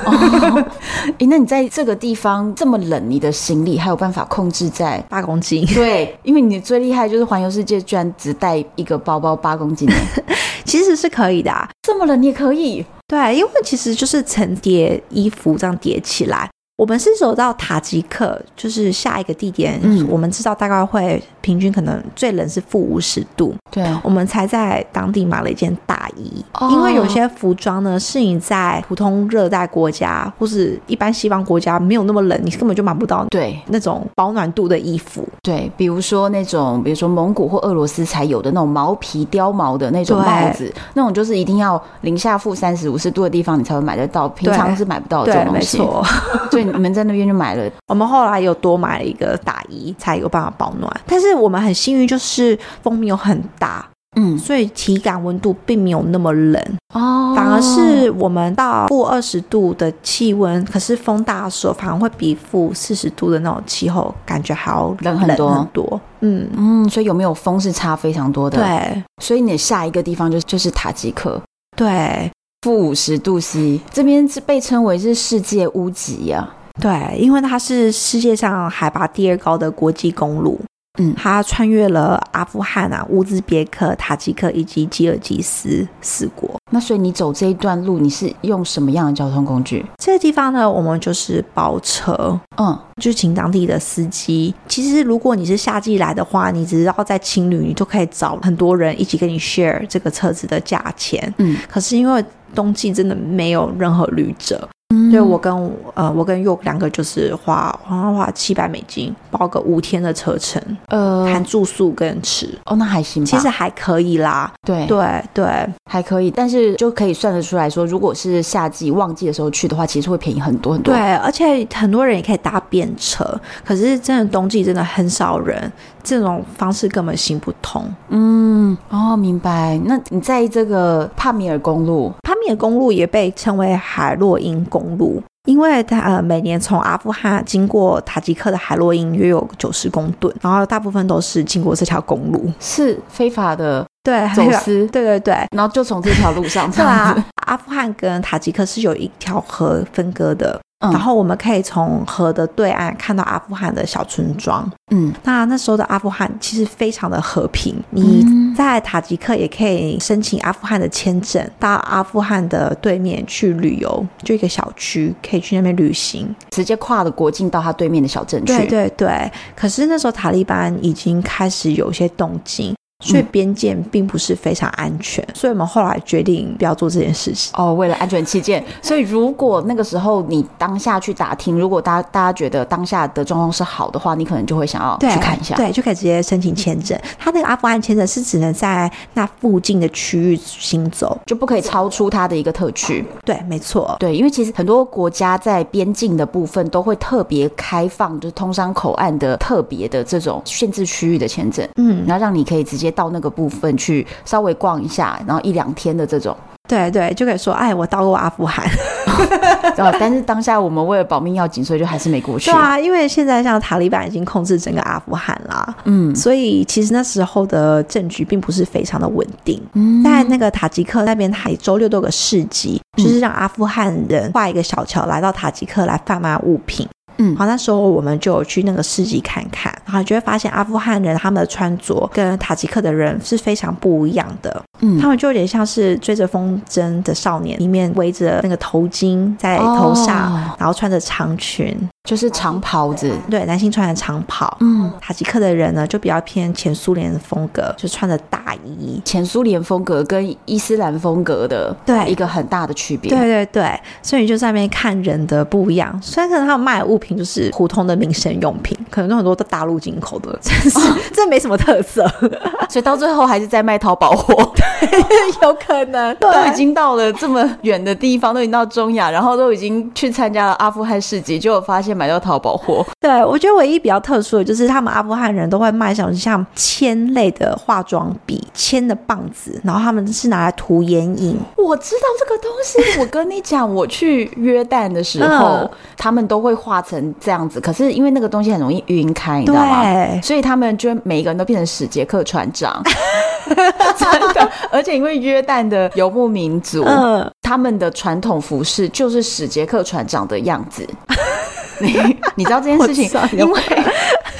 哦，诶那你在这个地方这么冷，你的行李还有办法控制在？ 八公斤。对，因为你最厉害就是环游世界，居然只带一个包包八公斤 耶，其实是可以的、啊。这么冷你也可以。对，因为其实就是层叠衣服这样叠起来。我们是走到塔吉克，就是下一个地点，嗯我们知道大概会平均可能最冷是负五十度，对，我们才在当地买了一件大衣，哦因为有些服装呢是你在普通热带国家或是一般西方国家没有那么冷，你根本就买不到对那种保暖度的衣服。对，比如说那种，比如说蒙古或俄罗斯才有的那种毛皮貂毛的那种对帽子，那种就是一定要零下负三十五十度的地方你才会买得到，平常是买不到的哦这对，种没东西。错。所以你们在那边就买了，我们后来有多买了一个大衣，才有办法保暖。但是我们很幸运，就是风没有很大，嗯，所以体感温度并没有那么冷，哦，反而是我们到负二十度的气温，可是风大的时候，反而会比负四十度的那种气候感觉还要冷很多冷很多嗯，嗯，所以有没有风是差非常多的。，对所以你的下一个地方就就是塔吉克，对负五十度 C，这边是被称为是世界屋脊呀、啊。对，因为它是世界上海拔第二高的国际公路，嗯它穿越了阿富汗啊、乌兹别克、塔吉克以及吉尔吉斯四国。那所以你走这一段路，你是用什么样的交通工具？这个地方呢，我们就是包车，嗯，就请当地的司机。其实如果你是夏季来的话，你只要在青旅，你就可以找很多人一起跟你 share 这个车子的价钱。嗯，可是因为冬季真的没有任何旅者，嗯所以我跟呃我跟 York 两个就是花花花七百美金包个五天的车程，呃，含住宿跟吃，哦，那还行吧，其实还可以啦。对对对还可以，但是就可以算得出来说，如果是夏季旺季的时候去的话，其实会便宜很多很多。对，，而且很多人也可以搭便车，可是真的冬季真的很少人，这种方式根本行不通。嗯，哦，明白。那你在这个帕米尔公路，帕米尔公路也被称为海洛因公路，因为它呃每年从阿富汗经过塔吉克的海洛因约有九十公吨，然后大部分都是经过这条公路。是非法的对， 走很有私，对对对，然后就从这条路上这对样 子啊，阿富汗跟塔吉克是有一条河分割的，嗯然后我们可以从河的对岸看到阿富汗的小村庄。嗯，那那时候的阿富汗其实非常的和平，你嗯在塔吉克也可以申请阿富汗的签证，到阿富汗的对面去旅游，就一个小区可以去那边旅行。直接跨了国境到它对面的小镇去。对对对，可是那时候塔利班已经开始有一些动静。所以嗯边界并不是非常安全，所以我们后来决定不要做这件事情。哦，为了安全起见，所以如果那个时候你当下去打听，如果大家大家觉得当下的状况是好的话，你可能就会想要对，去看一下。对，就可以直接申请签证。他那个阿富汗签证是只能在那附近的区域行走。就不可以超出它的一个特区，对，没错。对，因为其实很多国家在边境的部分都会特别开放，就是通商口岸的特别的这种限制区域的签证，嗯，然后让你可以直接到那个部分去稍微逛一下，然后一两天的这种。对对，就可以说，哎，我到过阿富汗。 然后，哦但是当下我们为了保命要紧，所以就还是没过去。对啊，因为现在像塔利班已经控制整个阿富汗啦，嗯所以其实那时候的政局并不是非常的稳定。嗯但那个塔吉克那边，每周六都有个市集，就是让阿富汗人跨一个小桥来到塔吉克来贩卖物品。嗯好，那时候我们就有去那个市集看看，然后就会发现阿富汗人他们的穿着跟塔吉克的人是非常不一样的，嗯他们就有点像是追着风筝的少年，里面围着那个头巾在头上，哦然后穿着长裙，就是长袍子，对，男性穿着长袍。嗯，塔吉克的人呢，就比较偏前苏联的风格，就穿着大衣，前苏联风格跟伊斯兰风格的对一个很大的区别。对，对对，所以你就在那边看人的不一样。虽然可能他们卖的物品就是普通的民生用品，可能有很多都大陆进口的，真是、哦 这没什么 特色，所以到最后还是在卖淘宝货，有可能 对都已经到了这么远的地方，都已经到中亚，然后都已经去参加了阿富汗市集，结果发现买到淘宝货。对我觉得唯一比较特殊的就是他们阿富汗人都会卖像像铅类的化妆笔、铅的棒子，然后他们是拿来涂眼影，我知道这个东西，我跟你讲，我去约旦的时候，嗯他们都会画成这样子，可是因为那个东西很容易晕开，你知道吗？对。所以他们就每一个人都变成史杰克船 长，真的。而且因为约旦的游牧民族，嗯，他们的传统服饰就是史杰克船长的样 子。你你知道这件事情我知道，你要因为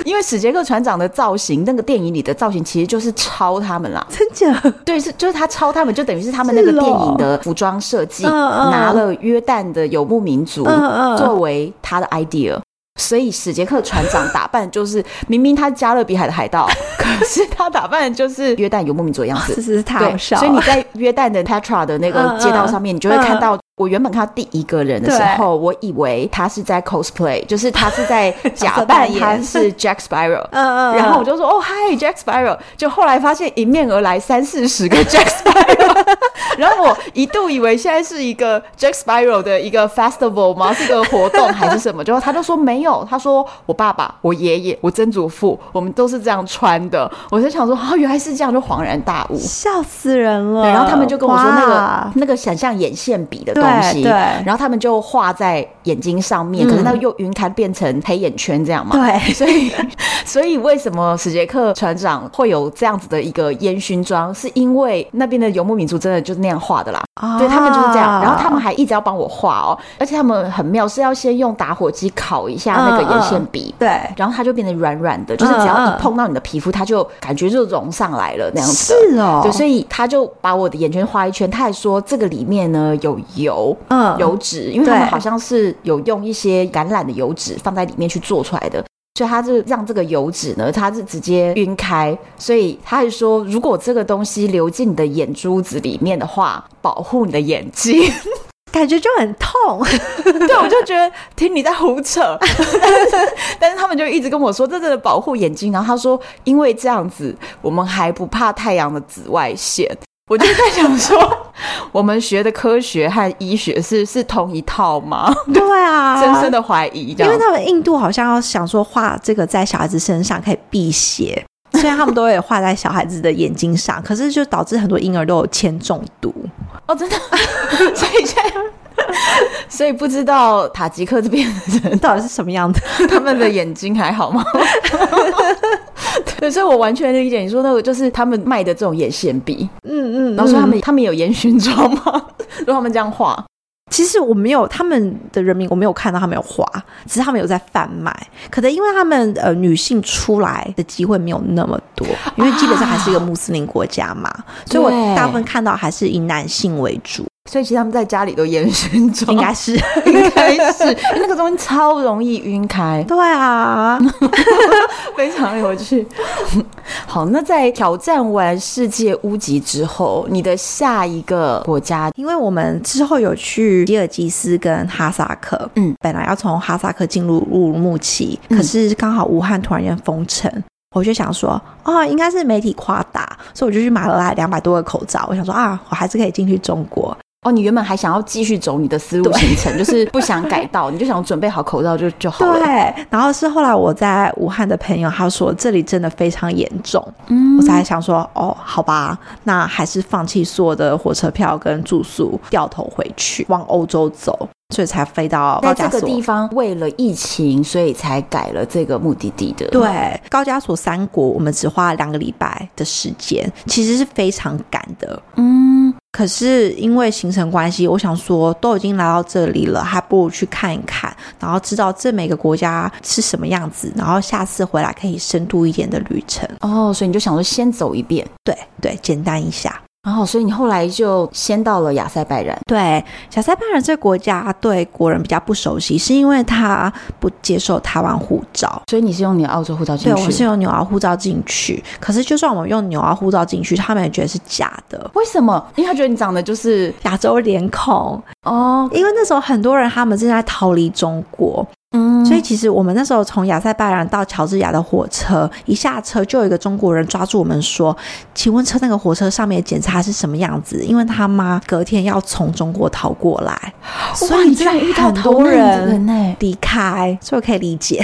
因为史杰克船长的造型，那个电影里的造型其实就是抄他们啦。 真假？对，是就是他抄他们，就等于是他们那个是哦电影的服装设计，嗯嗯拿了约旦的游牧民族嗯嗯作为他的 idea。所以史杰克船长打扮就是，明明他加勒比海的海 盗，可是他打扮就是约旦游牧民族的样子这。是太对， 好笑了。所以你在约旦的 Petra 的那个嗯街道上面，你就会看到。我原本看到第一个人的时候，我以为他是在 cosplay，就是他是 在假色扮扮演他是 Jack Sparrow，嗯嗯嗯然后我就说哦嗨 Jack Sparrow，就后来发现迎面而来三四十个 Jack Sparrow，然 后我一度以为现在是一个 Jack Sparrow 的一个 festival 吗？是个活动还是什么？结果他就说没有，他说我爸爸、我爷爷、我曾祖父，我们都是这样穿的。我就想说啊、原来是这样，就恍然大悟。笑死人了。对，然后他们就跟我说那个哇那个想像眼线笔的对东西，对嗯然后他们就画在眼睛上面，可是那又晕开变成黑眼圈这样嘛。对 所以所以为什么史杰克船长会有这样子的一个烟熏妆，是因为那边的游牧民族真的就是那样画的啦。对他们就是这啊样，然后他们还一直要帮我画哦，而且他们很妙，是要先用打火机烤一下那个嗯眼嗯线笔，对然后它就变得软软的，就是只要一碰到你的皮肤，它就感觉就融上来了那样子。是哦，对，所以他就把我的眼圈画一圈，他还说这个里面呢有油。嗯油脂，因为他们对好像是有用一些橄榄的油脂放在里面去做出来的，所以他是让这个油脂呢，它是直接晕开，所以他还说，如果这个东西流进你的眼珠子里面的话，保护你的眼睛。 感觉就很痛， 对，我就觉得听你在胡扯， 但是他们就一直跟我说，这真的保护眼睛。然后他说，因为这样子，我们还不怕太阳的紫外线。我就在想说， 我们学的科学和医学是是同一套吗？对啊，深深。的怀疑，这因为样。他们印度好像要想说画这个在小孩子身上可以 辟邪，虽然他们都会画在小孩子的眼睛上，可是就导致很多婴儿都有铅中 毒。哦，真的，所以现在。 所以不知道塔吉克这边的 人，到底是什么样的？他们的眼睛还好吗？对，所以我完全理解你说那个，就是他们卖的这种眼线笔，嗯嗯然后说他们、他们有烟熏妆吗？ 如果他们这样画，其实我没有他们的人民，我没有看到他们有花，只是他们有在贩卖。可能因为他们呃女性出来的机会没有那么多，啊因为基本上还是一个穆斯林国家嘛，所对以我大部分看到还是以男性为主，所以其实他们在家里都烟熏妆，应该是哦 应该是因为那个东西超容易晕开， 对啊，非常有趣。 好，那在挑战完世界屋脊之后，你的下一个国家，因为我们之后有去吉尔吉斯跟哈萨克，嗯，本来要从哈萨克进入乌鲁木齐，嗯可是刚好武汉突然间封城。我就想说，哦，应该是媒体夸大，所以我就去买了两百多个口罩。我想说啊，我还是可以进去中国。哦，你原本还想要继续走你的思路行程，就是不想改道，你就想准备好口罩就就好了。对，然后是后来我在武汉的朋友，他说这里真的非常严重，嗯我才想说哦，好吧，那还是放弃所有的火车票跟住宿，掉头回去往欧洲走，所以才飞到高在加这索。个地方为了疫情，所以才改了这个目的地的。，对，高加索三国我们只花了两个礼拜的时间，其实是非常赶的。嗯，可是因为行程关系，我想说都已经来到这里了，还不如去看一看，然后知道这每个国家是什么样子，然后下次回来可以深度一点的旅程。哦，所以你就想说先走一遍，对对，简单一下。然、后所以你后来就先到了亚塞拜然。对，小塞拜然这个国家对国人比较不熟悉，是因为他不接受台湾护照。所以你是用你的澳洲护照进对，去？我是用纽澳护照进去，可是就算我用纽澳护照进去，他们也觉得是假的。为什么？因为他觉得你长得就是亚洲脸孔，哦，因为那时候很多人他们正在逃离中国，嗯，所以其实我们那时候从亚塞拜然到乔治亚的火车，一下车就有一个中国人抓住我们说：“请问车那个火车上面的检查是什么样子？”因为他妈隔天要从中国逃过来，所哇以你居然遇到很逃多难的人人呢离开，所以我可以理解。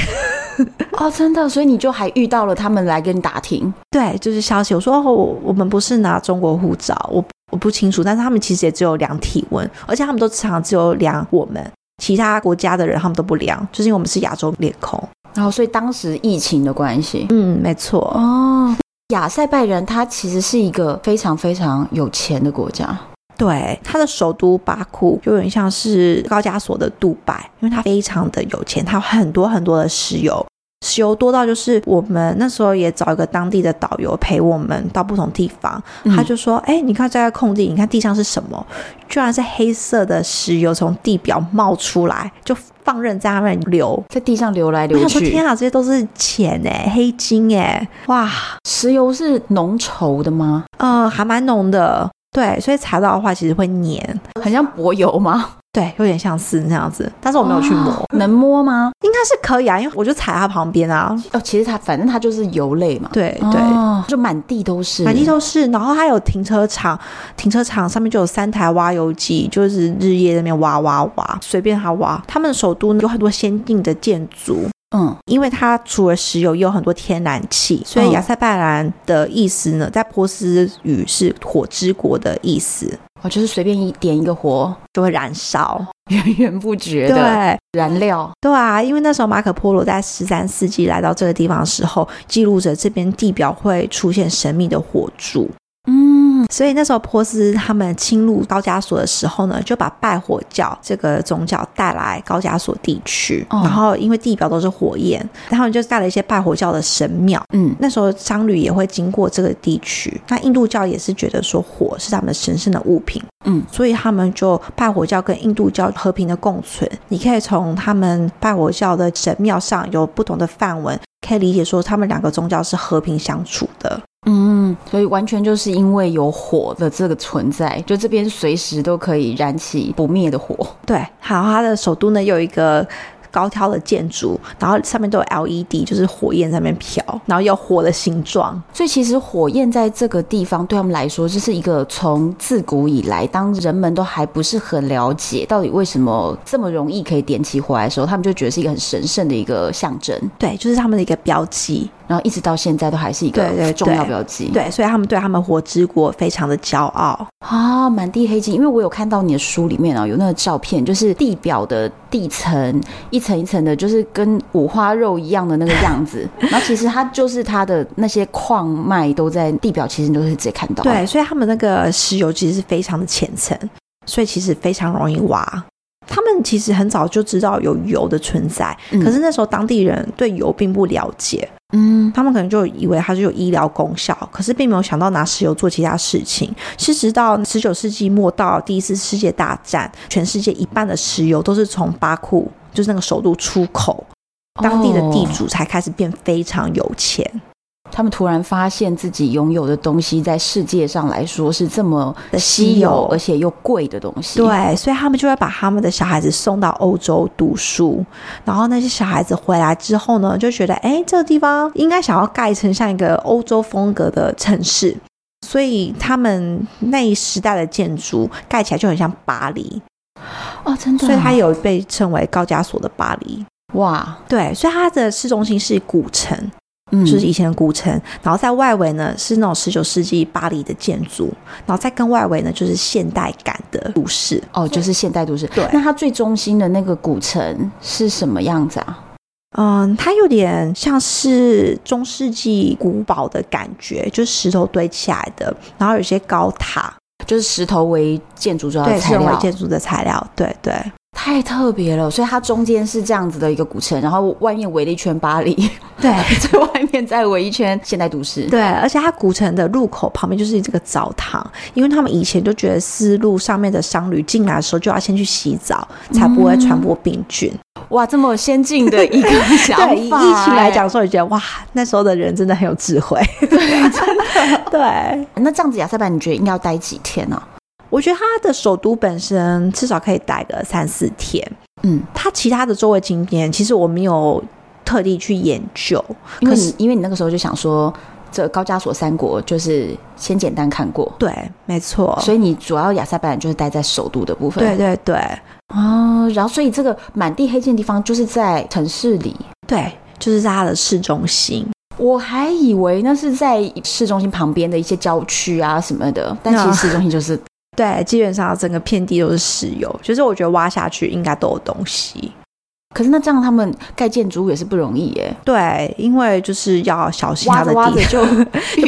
哦，真的，所以你就还遇到了他们来跟你打听，对，就是消息。我说、哦、我我们不是拿中国护照，我我不清楚，但是他们其实也只有量体温，而且他们都常常只有量我们，其他国家的人他们都不量，就是因为我们是亚洲脸孔。然后所以当时疫情的关系。嗯，没错。哦，亚塞拜然它其实是一个非常非常有钱的国家。对，它的首都巴库就有点像是高加索的杜拜，因为它非常的有钱，它有很多很多的石油，石油多到就是我们那时候也找一个当地的导游陪我们到不同地方，嗯他就说：“哎、你看这个空地，你看地上是什么？居然是黑色的石油从地表冒出来，就放任在那边流。”在地上流来我流想说，去，天啊，这些都是钱哎、黑金哎、哇，石油是浓稠的吗？呃，还蛮浓的。对，所以查到的话其实会黏，很像柏油吗？对，有点像是那样子，但是我没有去摸，哦 能摸吗？应该是可以啊，因为我就踩它旁边啊，哦，其实它反正它就是油类嘛。对对，哦就满地都是，满地都是，然后还有停车场，停车场上面就有三台挖油机，就是日夜在那边挖挖挖，随便他挖。他们首都呢有很多先进的建筑，嗯，因为它除了石油，也有很多天然气，所以嗯亚塞拜然的意思呢，在波斯语是“火之国”的意思，哦，就是随便一点一个火，就会燃烧。源源不绝的对，燃料。对啊，因为那时候马可波罗在十三世纪来到这个地方的时候，记录着这边地表会出现神秘的火柱，嗯，所以那时候波斯他们侵入高加索的时候呢，就把拜火教这个宗教带来高加索地区，哦然后因为地表都是火焰，然后就盖了一些拜火教的神庙。嗯，那时候商旅也会经过这个地区，那印度教也是觉得说火是他们神圣的物品，嗯，所以他们就拜火教跟印度教和平的共存。你可以从他们拜火教的神庙上有不同的范文，可以理解说他们两个宗教是和平相处的。嗯，所以完全就是因为有火的这个存在，就这边随时都可以燃起不灭的火。对，好，它的首都呢有一个。高挑的建筑，然后上面都有 LED，就是火焰在那边飘，然后有火的形状。所以其实火焰在这个地方对他们来说，就是一个从自古以来，当人们都还不是很了解到底为什么这么容易可以点起火来的时候，他们就觉得是一个很神圣的一个象征。对，就是他们的一个标记。然后一直到现在都还是一对对个对重要标记。对，所以他们对他们火之国非常的骄傲。啊，满地黑金，因为我有看到你的书里面啊，有那个照片，就是地表的地层一层一层的，就是跟五花肉一样的那个样 子。然后其实它就是它的那些矿脉都在地表，其实你都是直接看到。，对，所以他们那个石油其实是非常的浅层，所以其实非常容易挖。他们其实很早就知道有油的存在，嗯可是那时候当地人对油并不了解，嗯，他们可能就以为它是有医疗功效，可是并没有想到拿石油做其他事情。是直到十九世纪末到第一次世界大战，全世界一半的石油都是从巴库，就是那个首都出口，当地的地哦主才开始变非常有钱。他们突然发现自己拥有的东西在世界上来说是这么的稀稀有有而且又贵的东西。，对，所以他们就会把他们的小孩子送到欧洲读书，然后那些小孩子回来之后呢，就觉得哎，诶这个地方应该想要盖成像一个欧洲风格的城市，所以他们那一时代的建筑盖起来就很像巴黎，哦，真的啊、所以它有被称为高加索的巴黎。哇，对，所以它的市中心是古城，嗯，就是以前的古城，然后在外围呢是那种十九世纪巴黎的建筑，然后再跟外围呢就是现代感的都市。哦，就是现代都市。对那它最中心的那个古城是什么样子啊？嗯，它有点像是中世纪古堡的感觉，就是石头堆起来的，然后有些高塔，就是石头为建筑主要对，的是材用为料，建筑的材料，对对太特别了。所以它中间是这样子的一个古城，然后外面围了一圈巴黎，对 在外面再围一圈现代都市。对，而且它古城的入口旁边就是这个澡堂，因为他们以前就觉得丝路上面的商旅进来的时候就要先去洗澡，才不会传播病菌。哇，这么先进的一个嗯 想法， 欸对，以疫情来讲，的时候，你觉得哇，那时候的人真的很有智慧，对，真的 对。哎那这样子亚塞拜你觉得应该要待几天啊呢、我觉得它的首都本身至少可以待个三四天，嗯，它其他的周围景点其实我没有特地去研究，因为可你是因为你那个时候就想说，这高加索三国就是先简单看过，对，没错，所以你主要亚塞拜然就是待在首都的部分。对对对哦，然后所以这个满地黑线的地方就是在城市里，对，就是在它的市中心。我还以为那是在市中心旁边的一些郊区啊什么的，但其 No 实市中心就是对，基本上整个遍地都是石油，就是我觉得挖下去应该都有东西。可是那这样他们盖建筑物也是不容易耶，对，因为就是要小心挖它着的地，挖着就 就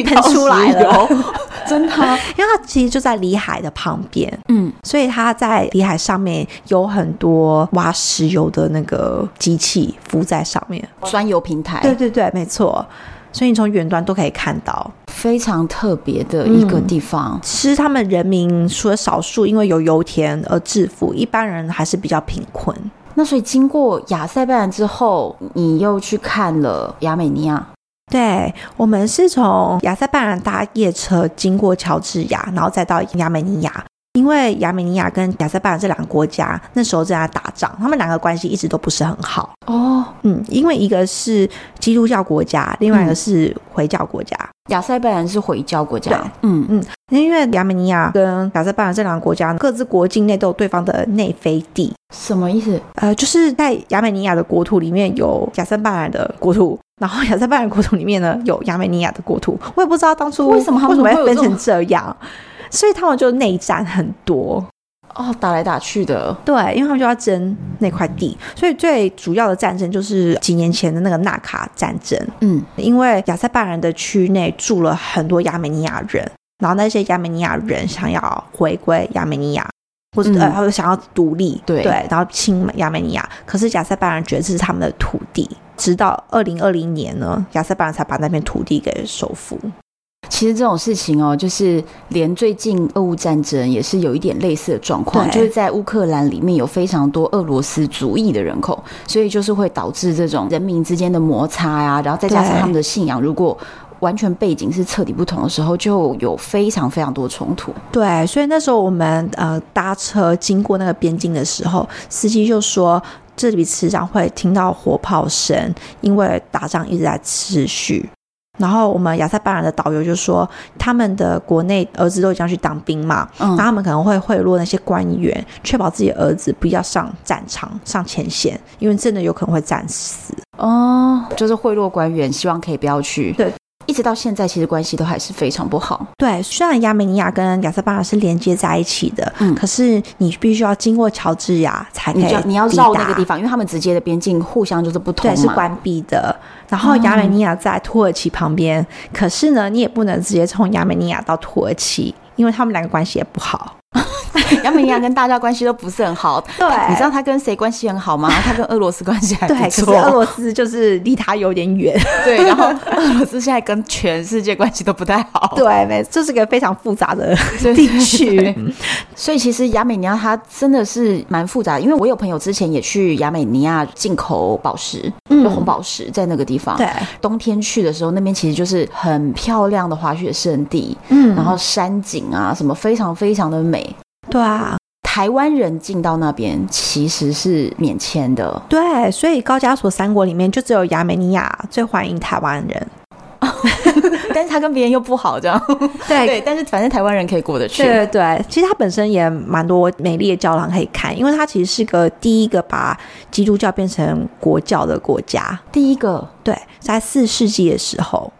遇喷到出石来油了， 真的啊，因为它其实就在里海的旁边，嗯，所以它在里海上面有很多挖石油的那个机器浮在上面。酸油平台，对对对，没错。所以你从远端都可以看到，非常特别的一个地方。其实他们人民除了少数因为有油田而致富，一般人还是比较贫困。那所以经过亚塞拜然之后，你又去看了亚美尼亚，对我们是从亚塞拜然搭夜车经过乔治亚，然后再到亚美尼亚。因为亚美尼亚跟亚塞拜然这两个国家那时候正在打仗，他们两个关系一直都不是很好。哦，嗯，因为一个是基督教国家，另外一个嗯是回教国家。亚塞拜然是回教国对家，嗯，因为亚美尼亚跟亚塞拜然这两个国家各自国境内都有对方的内飞地，什么意思？呃，就是在亚美尼亚的国土里面有亚塞拜然的国土，然后亚塞拜然国土里面呢有亚美尼亚的国土。我也不知道当初为什么他们为什么会会有分这种成这样，所以他们就内战很多。哦，打来打去的，对，因为他们就要争那块地，所以最主要的战争就是几年前的那个纳卡战争。嗯，因为亚塞拜然的区内住了很多亚美尼亚人，然后那些亚美尼亚人想要回归亚美尼亚，或者、嗯呃，他们想要独立，对然后亲亚美尼亚。可是亚塞拜然觉得这是他们的土地，直到二零二零年呢，亚塞拜然才把那片土地给收复。其实这种事情哦，就是连最近俄乌战争也是有一点类似的状况，对就是在乌克兰里面有非常多俄罗斯族裔的人口，所以就是会导致这种人民之间的摩擦呀、然后再加上对他们的信仰，如果完全背景是彻底不同的时候，就有非常非常多冲突。对，所以那时候我们呃搭车经过那个边境的时候，司机就说这里时常会听到火炮声，因为打仗一直在持续。然后我们亚塞拜然的导游就说，他们的国内儿子都已经要去当兵嘛，嗯那他们可能会贿赂那些官员，确保自己的儿子不要上战场、上前线，因为真的有可能会战死。哦，就是贿赂官员，希望可以不要去。对，一直到现在，其实关系都还是非常不好。对，虽然亚美尼亚跟亚塞拜然是连接在一起的，嗯可是你必须要经过乔治亚才可你以就你要绕那抵个达地方，因为他们直接的边境互相就是不通对，嘛。是关闭的。然后亚美尼亚在土耳其旁边，可是呢，你也不能直接从亚美尼亚到土耳其，因为他们两个关系也不好。杨美亚跟大家关系都不是很好。 对你知道他跟谁关系很好吗？他跟俄罗斯关系还不 对，可是错。俄罗斯就是离他有点远。对，然后俄罗斯现在跟全世界关系都不太好。 对，没，这是个非常复杂的对地对对区。所以其实亚美尼亚它真的是蛮复杂的，因为我有朋友之前也去亚美尼亚进口宝石，嗯就红宝石在那个地方。 对，冬天去的时候，那边其实就是很漂亮的滑雪胜地，嗯然后山景啊什么非常非常的美。对啊，台湾人进到那边其实是免签的， 对，所以高加索三国里面就只有亚美尼亚最欢迎台湾人。但是他跟别人又不好，这样对。对。但是反正台湾人可以过得去，哎对对，其实它本身也蛮多美丽的教堂可以看，因为它其实是个第一个把基督教变成国教的国家。第一个对，在四世纪的时候，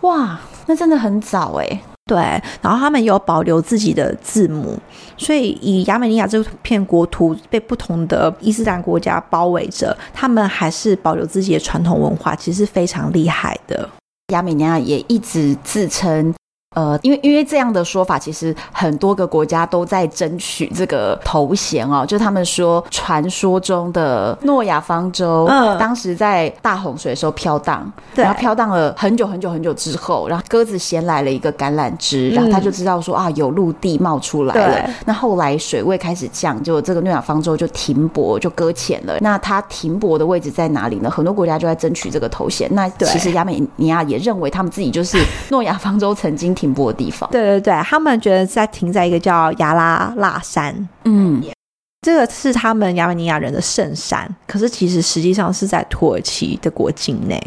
哇，那真的很早哎、对，然后他们有保留自己的字母，所以以亚美尼亚这片国土被不同的伊斯兰国家包围着，他们还是保留自己的传统文化，其实是非常厉害的。亚美尼亚也一直自称。呃，因为因为这样的说法，其实很多个国家都在争取这个头衔哦，就他们说传说中的诺亚方舟，嗯当时在大洪水的时候飘荡，对然后飘荡了很久很久很久之后，然后鸽子衔来了一个橄榄枝，然后他就知道说啊有陆地冒出来了嗯对。那后来水位开始降，就这个诺亚方舟就停泊就搁浅了。那它停泊的位置在哪里呢？很多国家就在争取这个头衔。那对其实亚美尼亚也认为他们自己就是诺亚方舟曾经停泊的地方。对对对，他们觉得在停在一个叫亚拉腊山， 嗯，这个是他们亚美尼亚人的圣山，可是其实实际上是在土耳其的国境 内，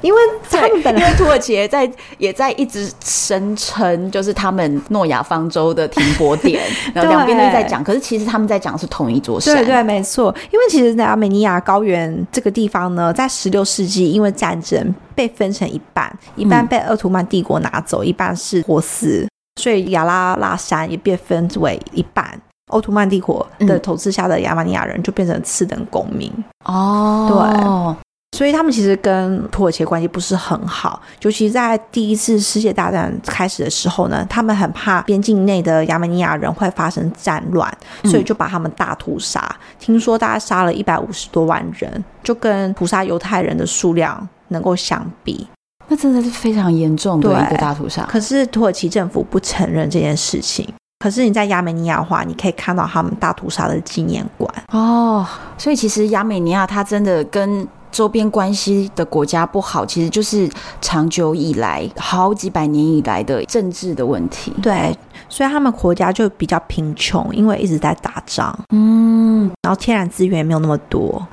因为他们本因来为土耳其也在也在一直声称就是他们诺亚方舟的停泊 点，然后两边都在讲，可是其实他们在讲的是同一座山。对对，没错。因为其实亚美尼亚高原这个地方呢，在十六世纪因为战争被分成一半，一半被鄂图曼帝国拿走，一半是波斯，所以亚拉拉山也被分为一半。奥图曼帝国的嗯统治下的亚美尼亚人就变成次等公民，哦，所以他们其实跟土耳其关系不是很好，尤其在第一次世界大战开始的时候呢，他们很怕边境内的亚美尼亚人会发生战乱，嗯所以就把他们大屠杀。听说大概杀了一百五十多万人，就跟屠杀犹太人的数量能够相比。那真的是非常严重的对一个大屠杀。可是土耳其政府不承认这件事情。可是你在亚美尼亚的话，你可以看到他们大屠杀的纪念馆。哦，所以其实亚美尼亚它真的跟周边关系的国家不好，其实就是长久以来好几百年以来的政治的问题。对，所以他们国家就比较贫穷，因为一直在打仗，嗯，然后天然资源也没有那么多。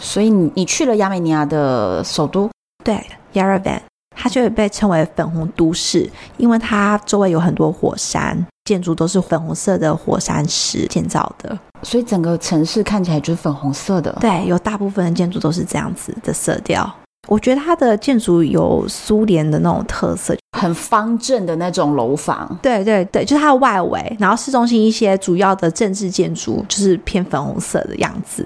所以你你去了亚美尼亚的首都，对，Yerevan，它就被称为粉红都市，因为它周围有很多火山，建筑都是粉红色的火山石建造的。所以整个城市看起来就是粉红色的。对，有大部分的建筑都是这样子的色调。我觉得它的建筑有苏联的那种特色，很方正的那种楼房，对对对，就是它的外围，然后市中心一些主要的政治建筑就是偏粉红色的样子，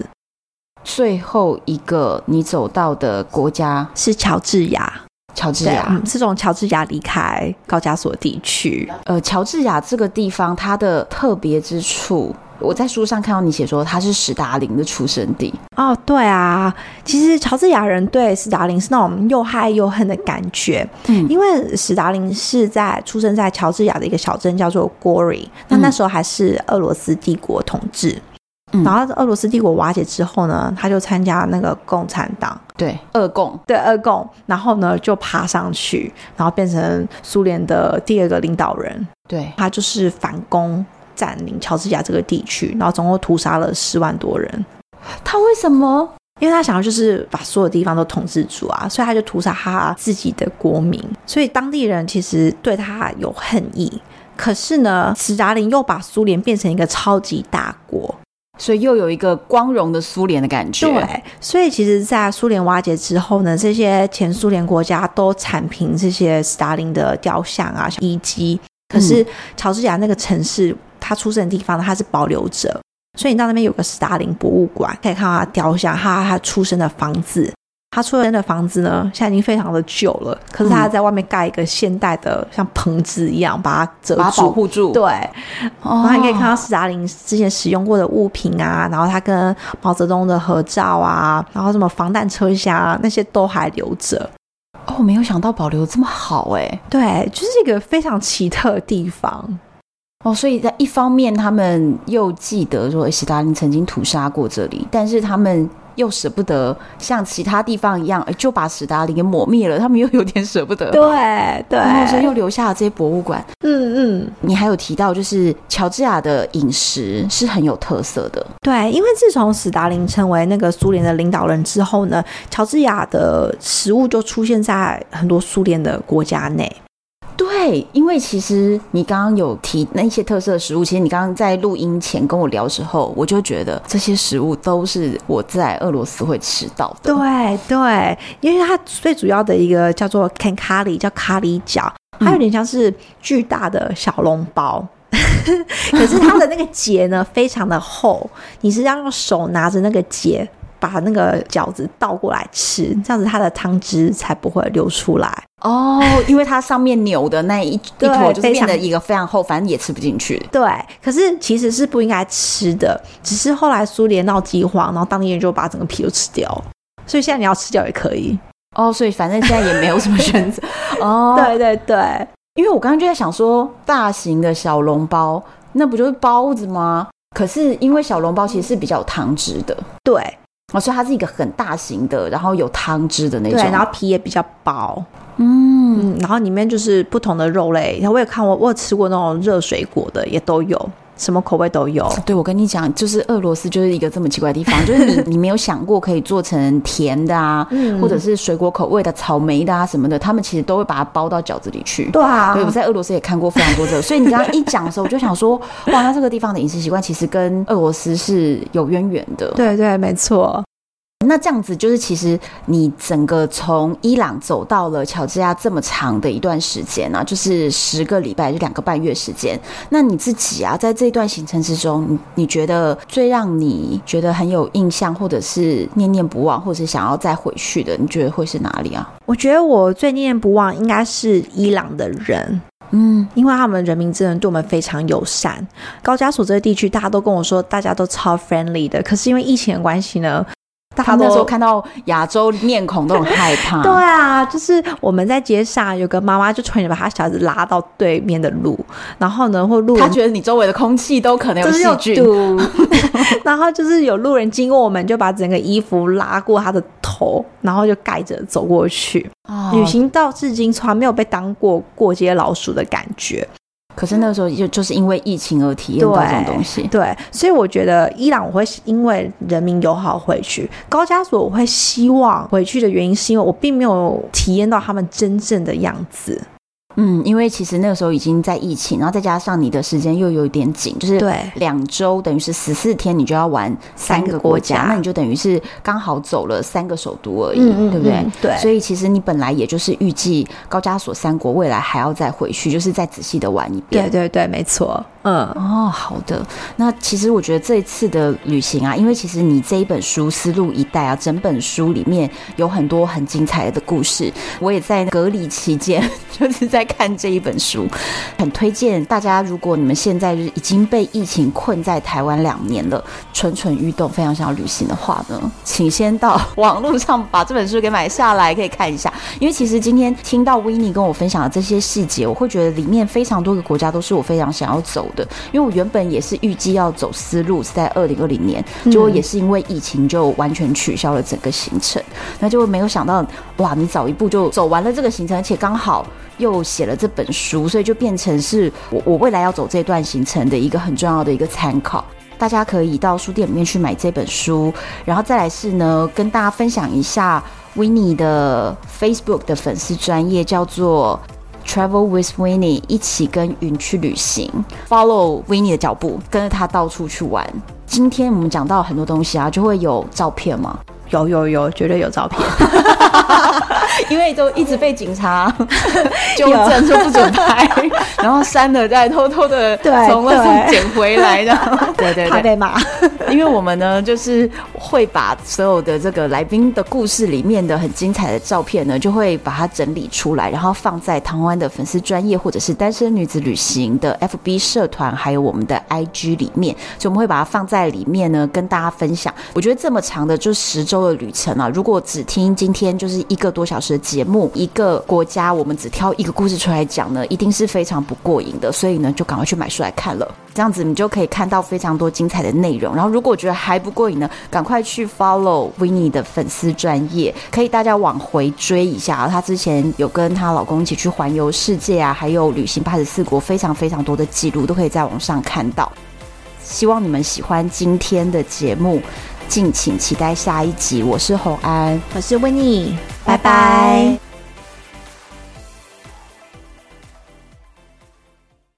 最后一个你走到的国家是乔治亚，乔治对，亚，嗯，是从乔治亚离开高加索地区，呃，乔治亚这个地方它的特别之处，我在书上看到你写说它是史达林的出生地，哦，对啊，其实乔治亚人对史达林是那种又爱又恨的感觉，嗯因为史达林是在出生在乔治亚的一个小镇叫做 Gori，那那时候还是俄罗斯帝国统治。嗯然后俄罗斯帝国瓦解之后呢，他就参加那个共产党，对，二贡，对俄共，然后呢就爬上去，然后变成苏联的第二个领导人，对，他就是反攻占领乔治亚这个地区，然后总共屠杀了十万多人。他为什么？因为他想要就是把所有地方都统治住啊，所以他就屠杀他自己的国民，所以当地人其实对他有恨意。可是呢，史达林又把苏联变成一个超级大国，所以又有一个光荣的苏联的感觉，对，所以其实，在苏联瓦解之后呢，这些前苏联国家都铲平这些斯大林的雕像啊、小遗迹。可嗯是乔治亚那个城市，他出生的地方呢，它是保留着，所以你到那边有个斯大林博物馆，可以看到他雕像，他他出生的房子。他出生的房子呢，现在已经非常的久了，可是他还在外面盖一个现代的像棚子一样，把它遮把它保住。护住，对，哦然后你可以看到斯大林之前使用过的物品啊，然后他跟毛泽东的合照啊，然后什么防弹车厢啊，那些都还留着。哦，没有想到保留得这么好哎，对，就是一个非常奇特的地方。哦，所以在一方面他们又记得说诶史达林曾经屠杀过这里，但是他们又舍不得像其他地方一样，哎就把史达林给抹灭了，他们又有点舍不得。对对，然后所以又留下了这些博物馆。嗯嗯，你还有提到，就是乔治亚的饮食是很有特色的，对，因为自从史达林成为那个苏联的领导人之后呢，乔治亚的食物就出现在很多苏联的国家内。对，因为其实你刚刚有提那些特色食物，其实你刚刚在录音前跟我聊的时候，我就觉得这些食物都是我在俄罗斯会吃到的。对对，因为它最主要的一个叫做 k a n k a l i 叫咖喱饺，它有点像是巨大的小笼包。 可是它的那个结呢，非常的厚，你是要用手拿着那个结，把那个饺子倒过来吃，这样子它的汤汁才不会流出来。 哦，因为它上面扭的那一一对坨就是非变常得一个非常厚，反正也吃不进去。对，可是其实是不应该吃的，只是后来苏联闹饥荒，然后当地人就把整个皮都吃掉了，所以现在你要吃掉也可以。哦，所以反正现在也没有什么选择。 哦，对对对，因为我刚刚就在想说，大型的小笼包那不就是包子吗？可是因为小笼包其实是比较有汤汁的，对哦，所以它是一个很大型的，然后有汤汁的那对，种。然后皮也比较薄，嗯，嗯，然后里面就是不同的肉类，然后我也看过，我有吃过那种热水果的，也都有，什么口味都有。对，我跟你讲，就是俄罗斯就是一个这么奇怪的地 方，就是你你没有想过可以做成甜的啊，嗯或者是水果口味的、草莓的啊什么的，他们其实都会把它包到饺子里去。对啊对，我在俄罗斯也看过非常多这个，所以你刚刚一讲的时候，我就想说，哇，那这个地方的饮食习惯其实跟俄罗斯是有渊源的。对对，没错，那这样子就是，其实你整个从伊朗走到了乔治亚这么长的一段时间啊，就是十个礼拜，就两个半月时间。那你自己啊，在这段行程之中，你你觉得最让你觉得很有印象，或者是念念不忘，或者是想要再回去的，你觉得会是哪里啊？我觉得我最念念不忘应该是伊朗的人，嗯，因为他们人民真的对我们非常友善。高加索这个地区，大家都跟我说，大家都超 friendly 的。可是因为疫情的关系呢，大他家都那时候看到亚洲面孔都很害怕。对啊，就是我们在街上有个妈妈就突然把她小孩子拉到对面的路，然后呢，或路他人觉得你周围的空气都可能就是细有菌， 毒，然后就是有路人经过我们，就把整个衣服拉过他的头，然后就盖着走过去。哦旅行到至今从来没有被当过过街老鼠的感觉。可是那个时候就就是因为疫情而体验到这种东西。对，所以我觉得伊朗我会因为人民友好回去，高加索我会希望回去的原因是因为我并没有体验到他们真正的样子。嗯，因为其实那个时候已经在疫情，然后再加上你的时间又有点紧，就是对两周等于是十四天，你就要玩三个国家，三个国家那你就等于是刚好走了三个首都而已，嗯嗯对不对嗯？对所以其实你本来也就是预计高加索三国未来还要再回去，就是再仔细的玩一遍对。对对，没错，嗯。哦，好的。那其实我觉得这一次的旅行啊，因为其实你这一本书《丝路一带》啊，整本书里面有很多很精彩的故事。 我也在隔离期间， 就是在看这一本书，很推荐大家。如果你们现在就是已经被疫情困在台湾两年了，蠢蠢欲动，非常想要旅行的话呢，请先到 网络上把这本书给买下来，可以看一下。因为其实今天听到 w i n n i 跟我分享的这些细节，我会觉得里面非常多个国家都是我非常想要走的，因为我原本也是预计要走丝路，是在二零二零年，结果也是因为疫情就完全取消了整个行程，那就没有想到，哇，你早一步就走完了这个行程，而且刚好又写了这本书，所以就变成是我我未来要走这段行程的一个很重要的一个参考。大家可以到书店里面去买这本书，然后再来是呢，跟大家分享一下 w i n n i 的 Facebook 的粉丝专业叫做 Travel with w i n n i 一起跟云去旅行，follow w i n n i 的脚步，跟着他到处去玩。今天我们讲到很多东西啊，就会有照片 嘛，有有有，绝对有照片。因为都一直被警察纠正说不准 拍，然后删了再偷偷的对从垃圾对捡回来的， 对对怕对，被骂。 因为我们呢，就是会把所有的这个来宾的故事里面的很精彩的照片呢，就会把它整理出来，然后放在唐湾的粉丝专业或者是单身女子旅行的 FB 社团，还有我们的 IG 里面，所以我们会把它放在里面呢，跟大家分享。我觉得这么长的就十周的旅程啊，如果只听今天就是一个多小时的节目，一个国家我们只挑一个故事出来讲呢，一定是非常不不过瘾的，所以呢就赶快去买书来看了。这样子你就可以看到非常多精彩的内容。然后如果觉得还不过瘾呢，赶快去 follow w i n n i e 的粉丝专业，可以大家往回追一下。她之前有跟她老公一起去环游世界啊，还有旅行八十四国，非常非常多的记录都可以在网上看到。希望你们喜欢今天的节目，敬请期待下一集。我是红安，我是温妮，拜拜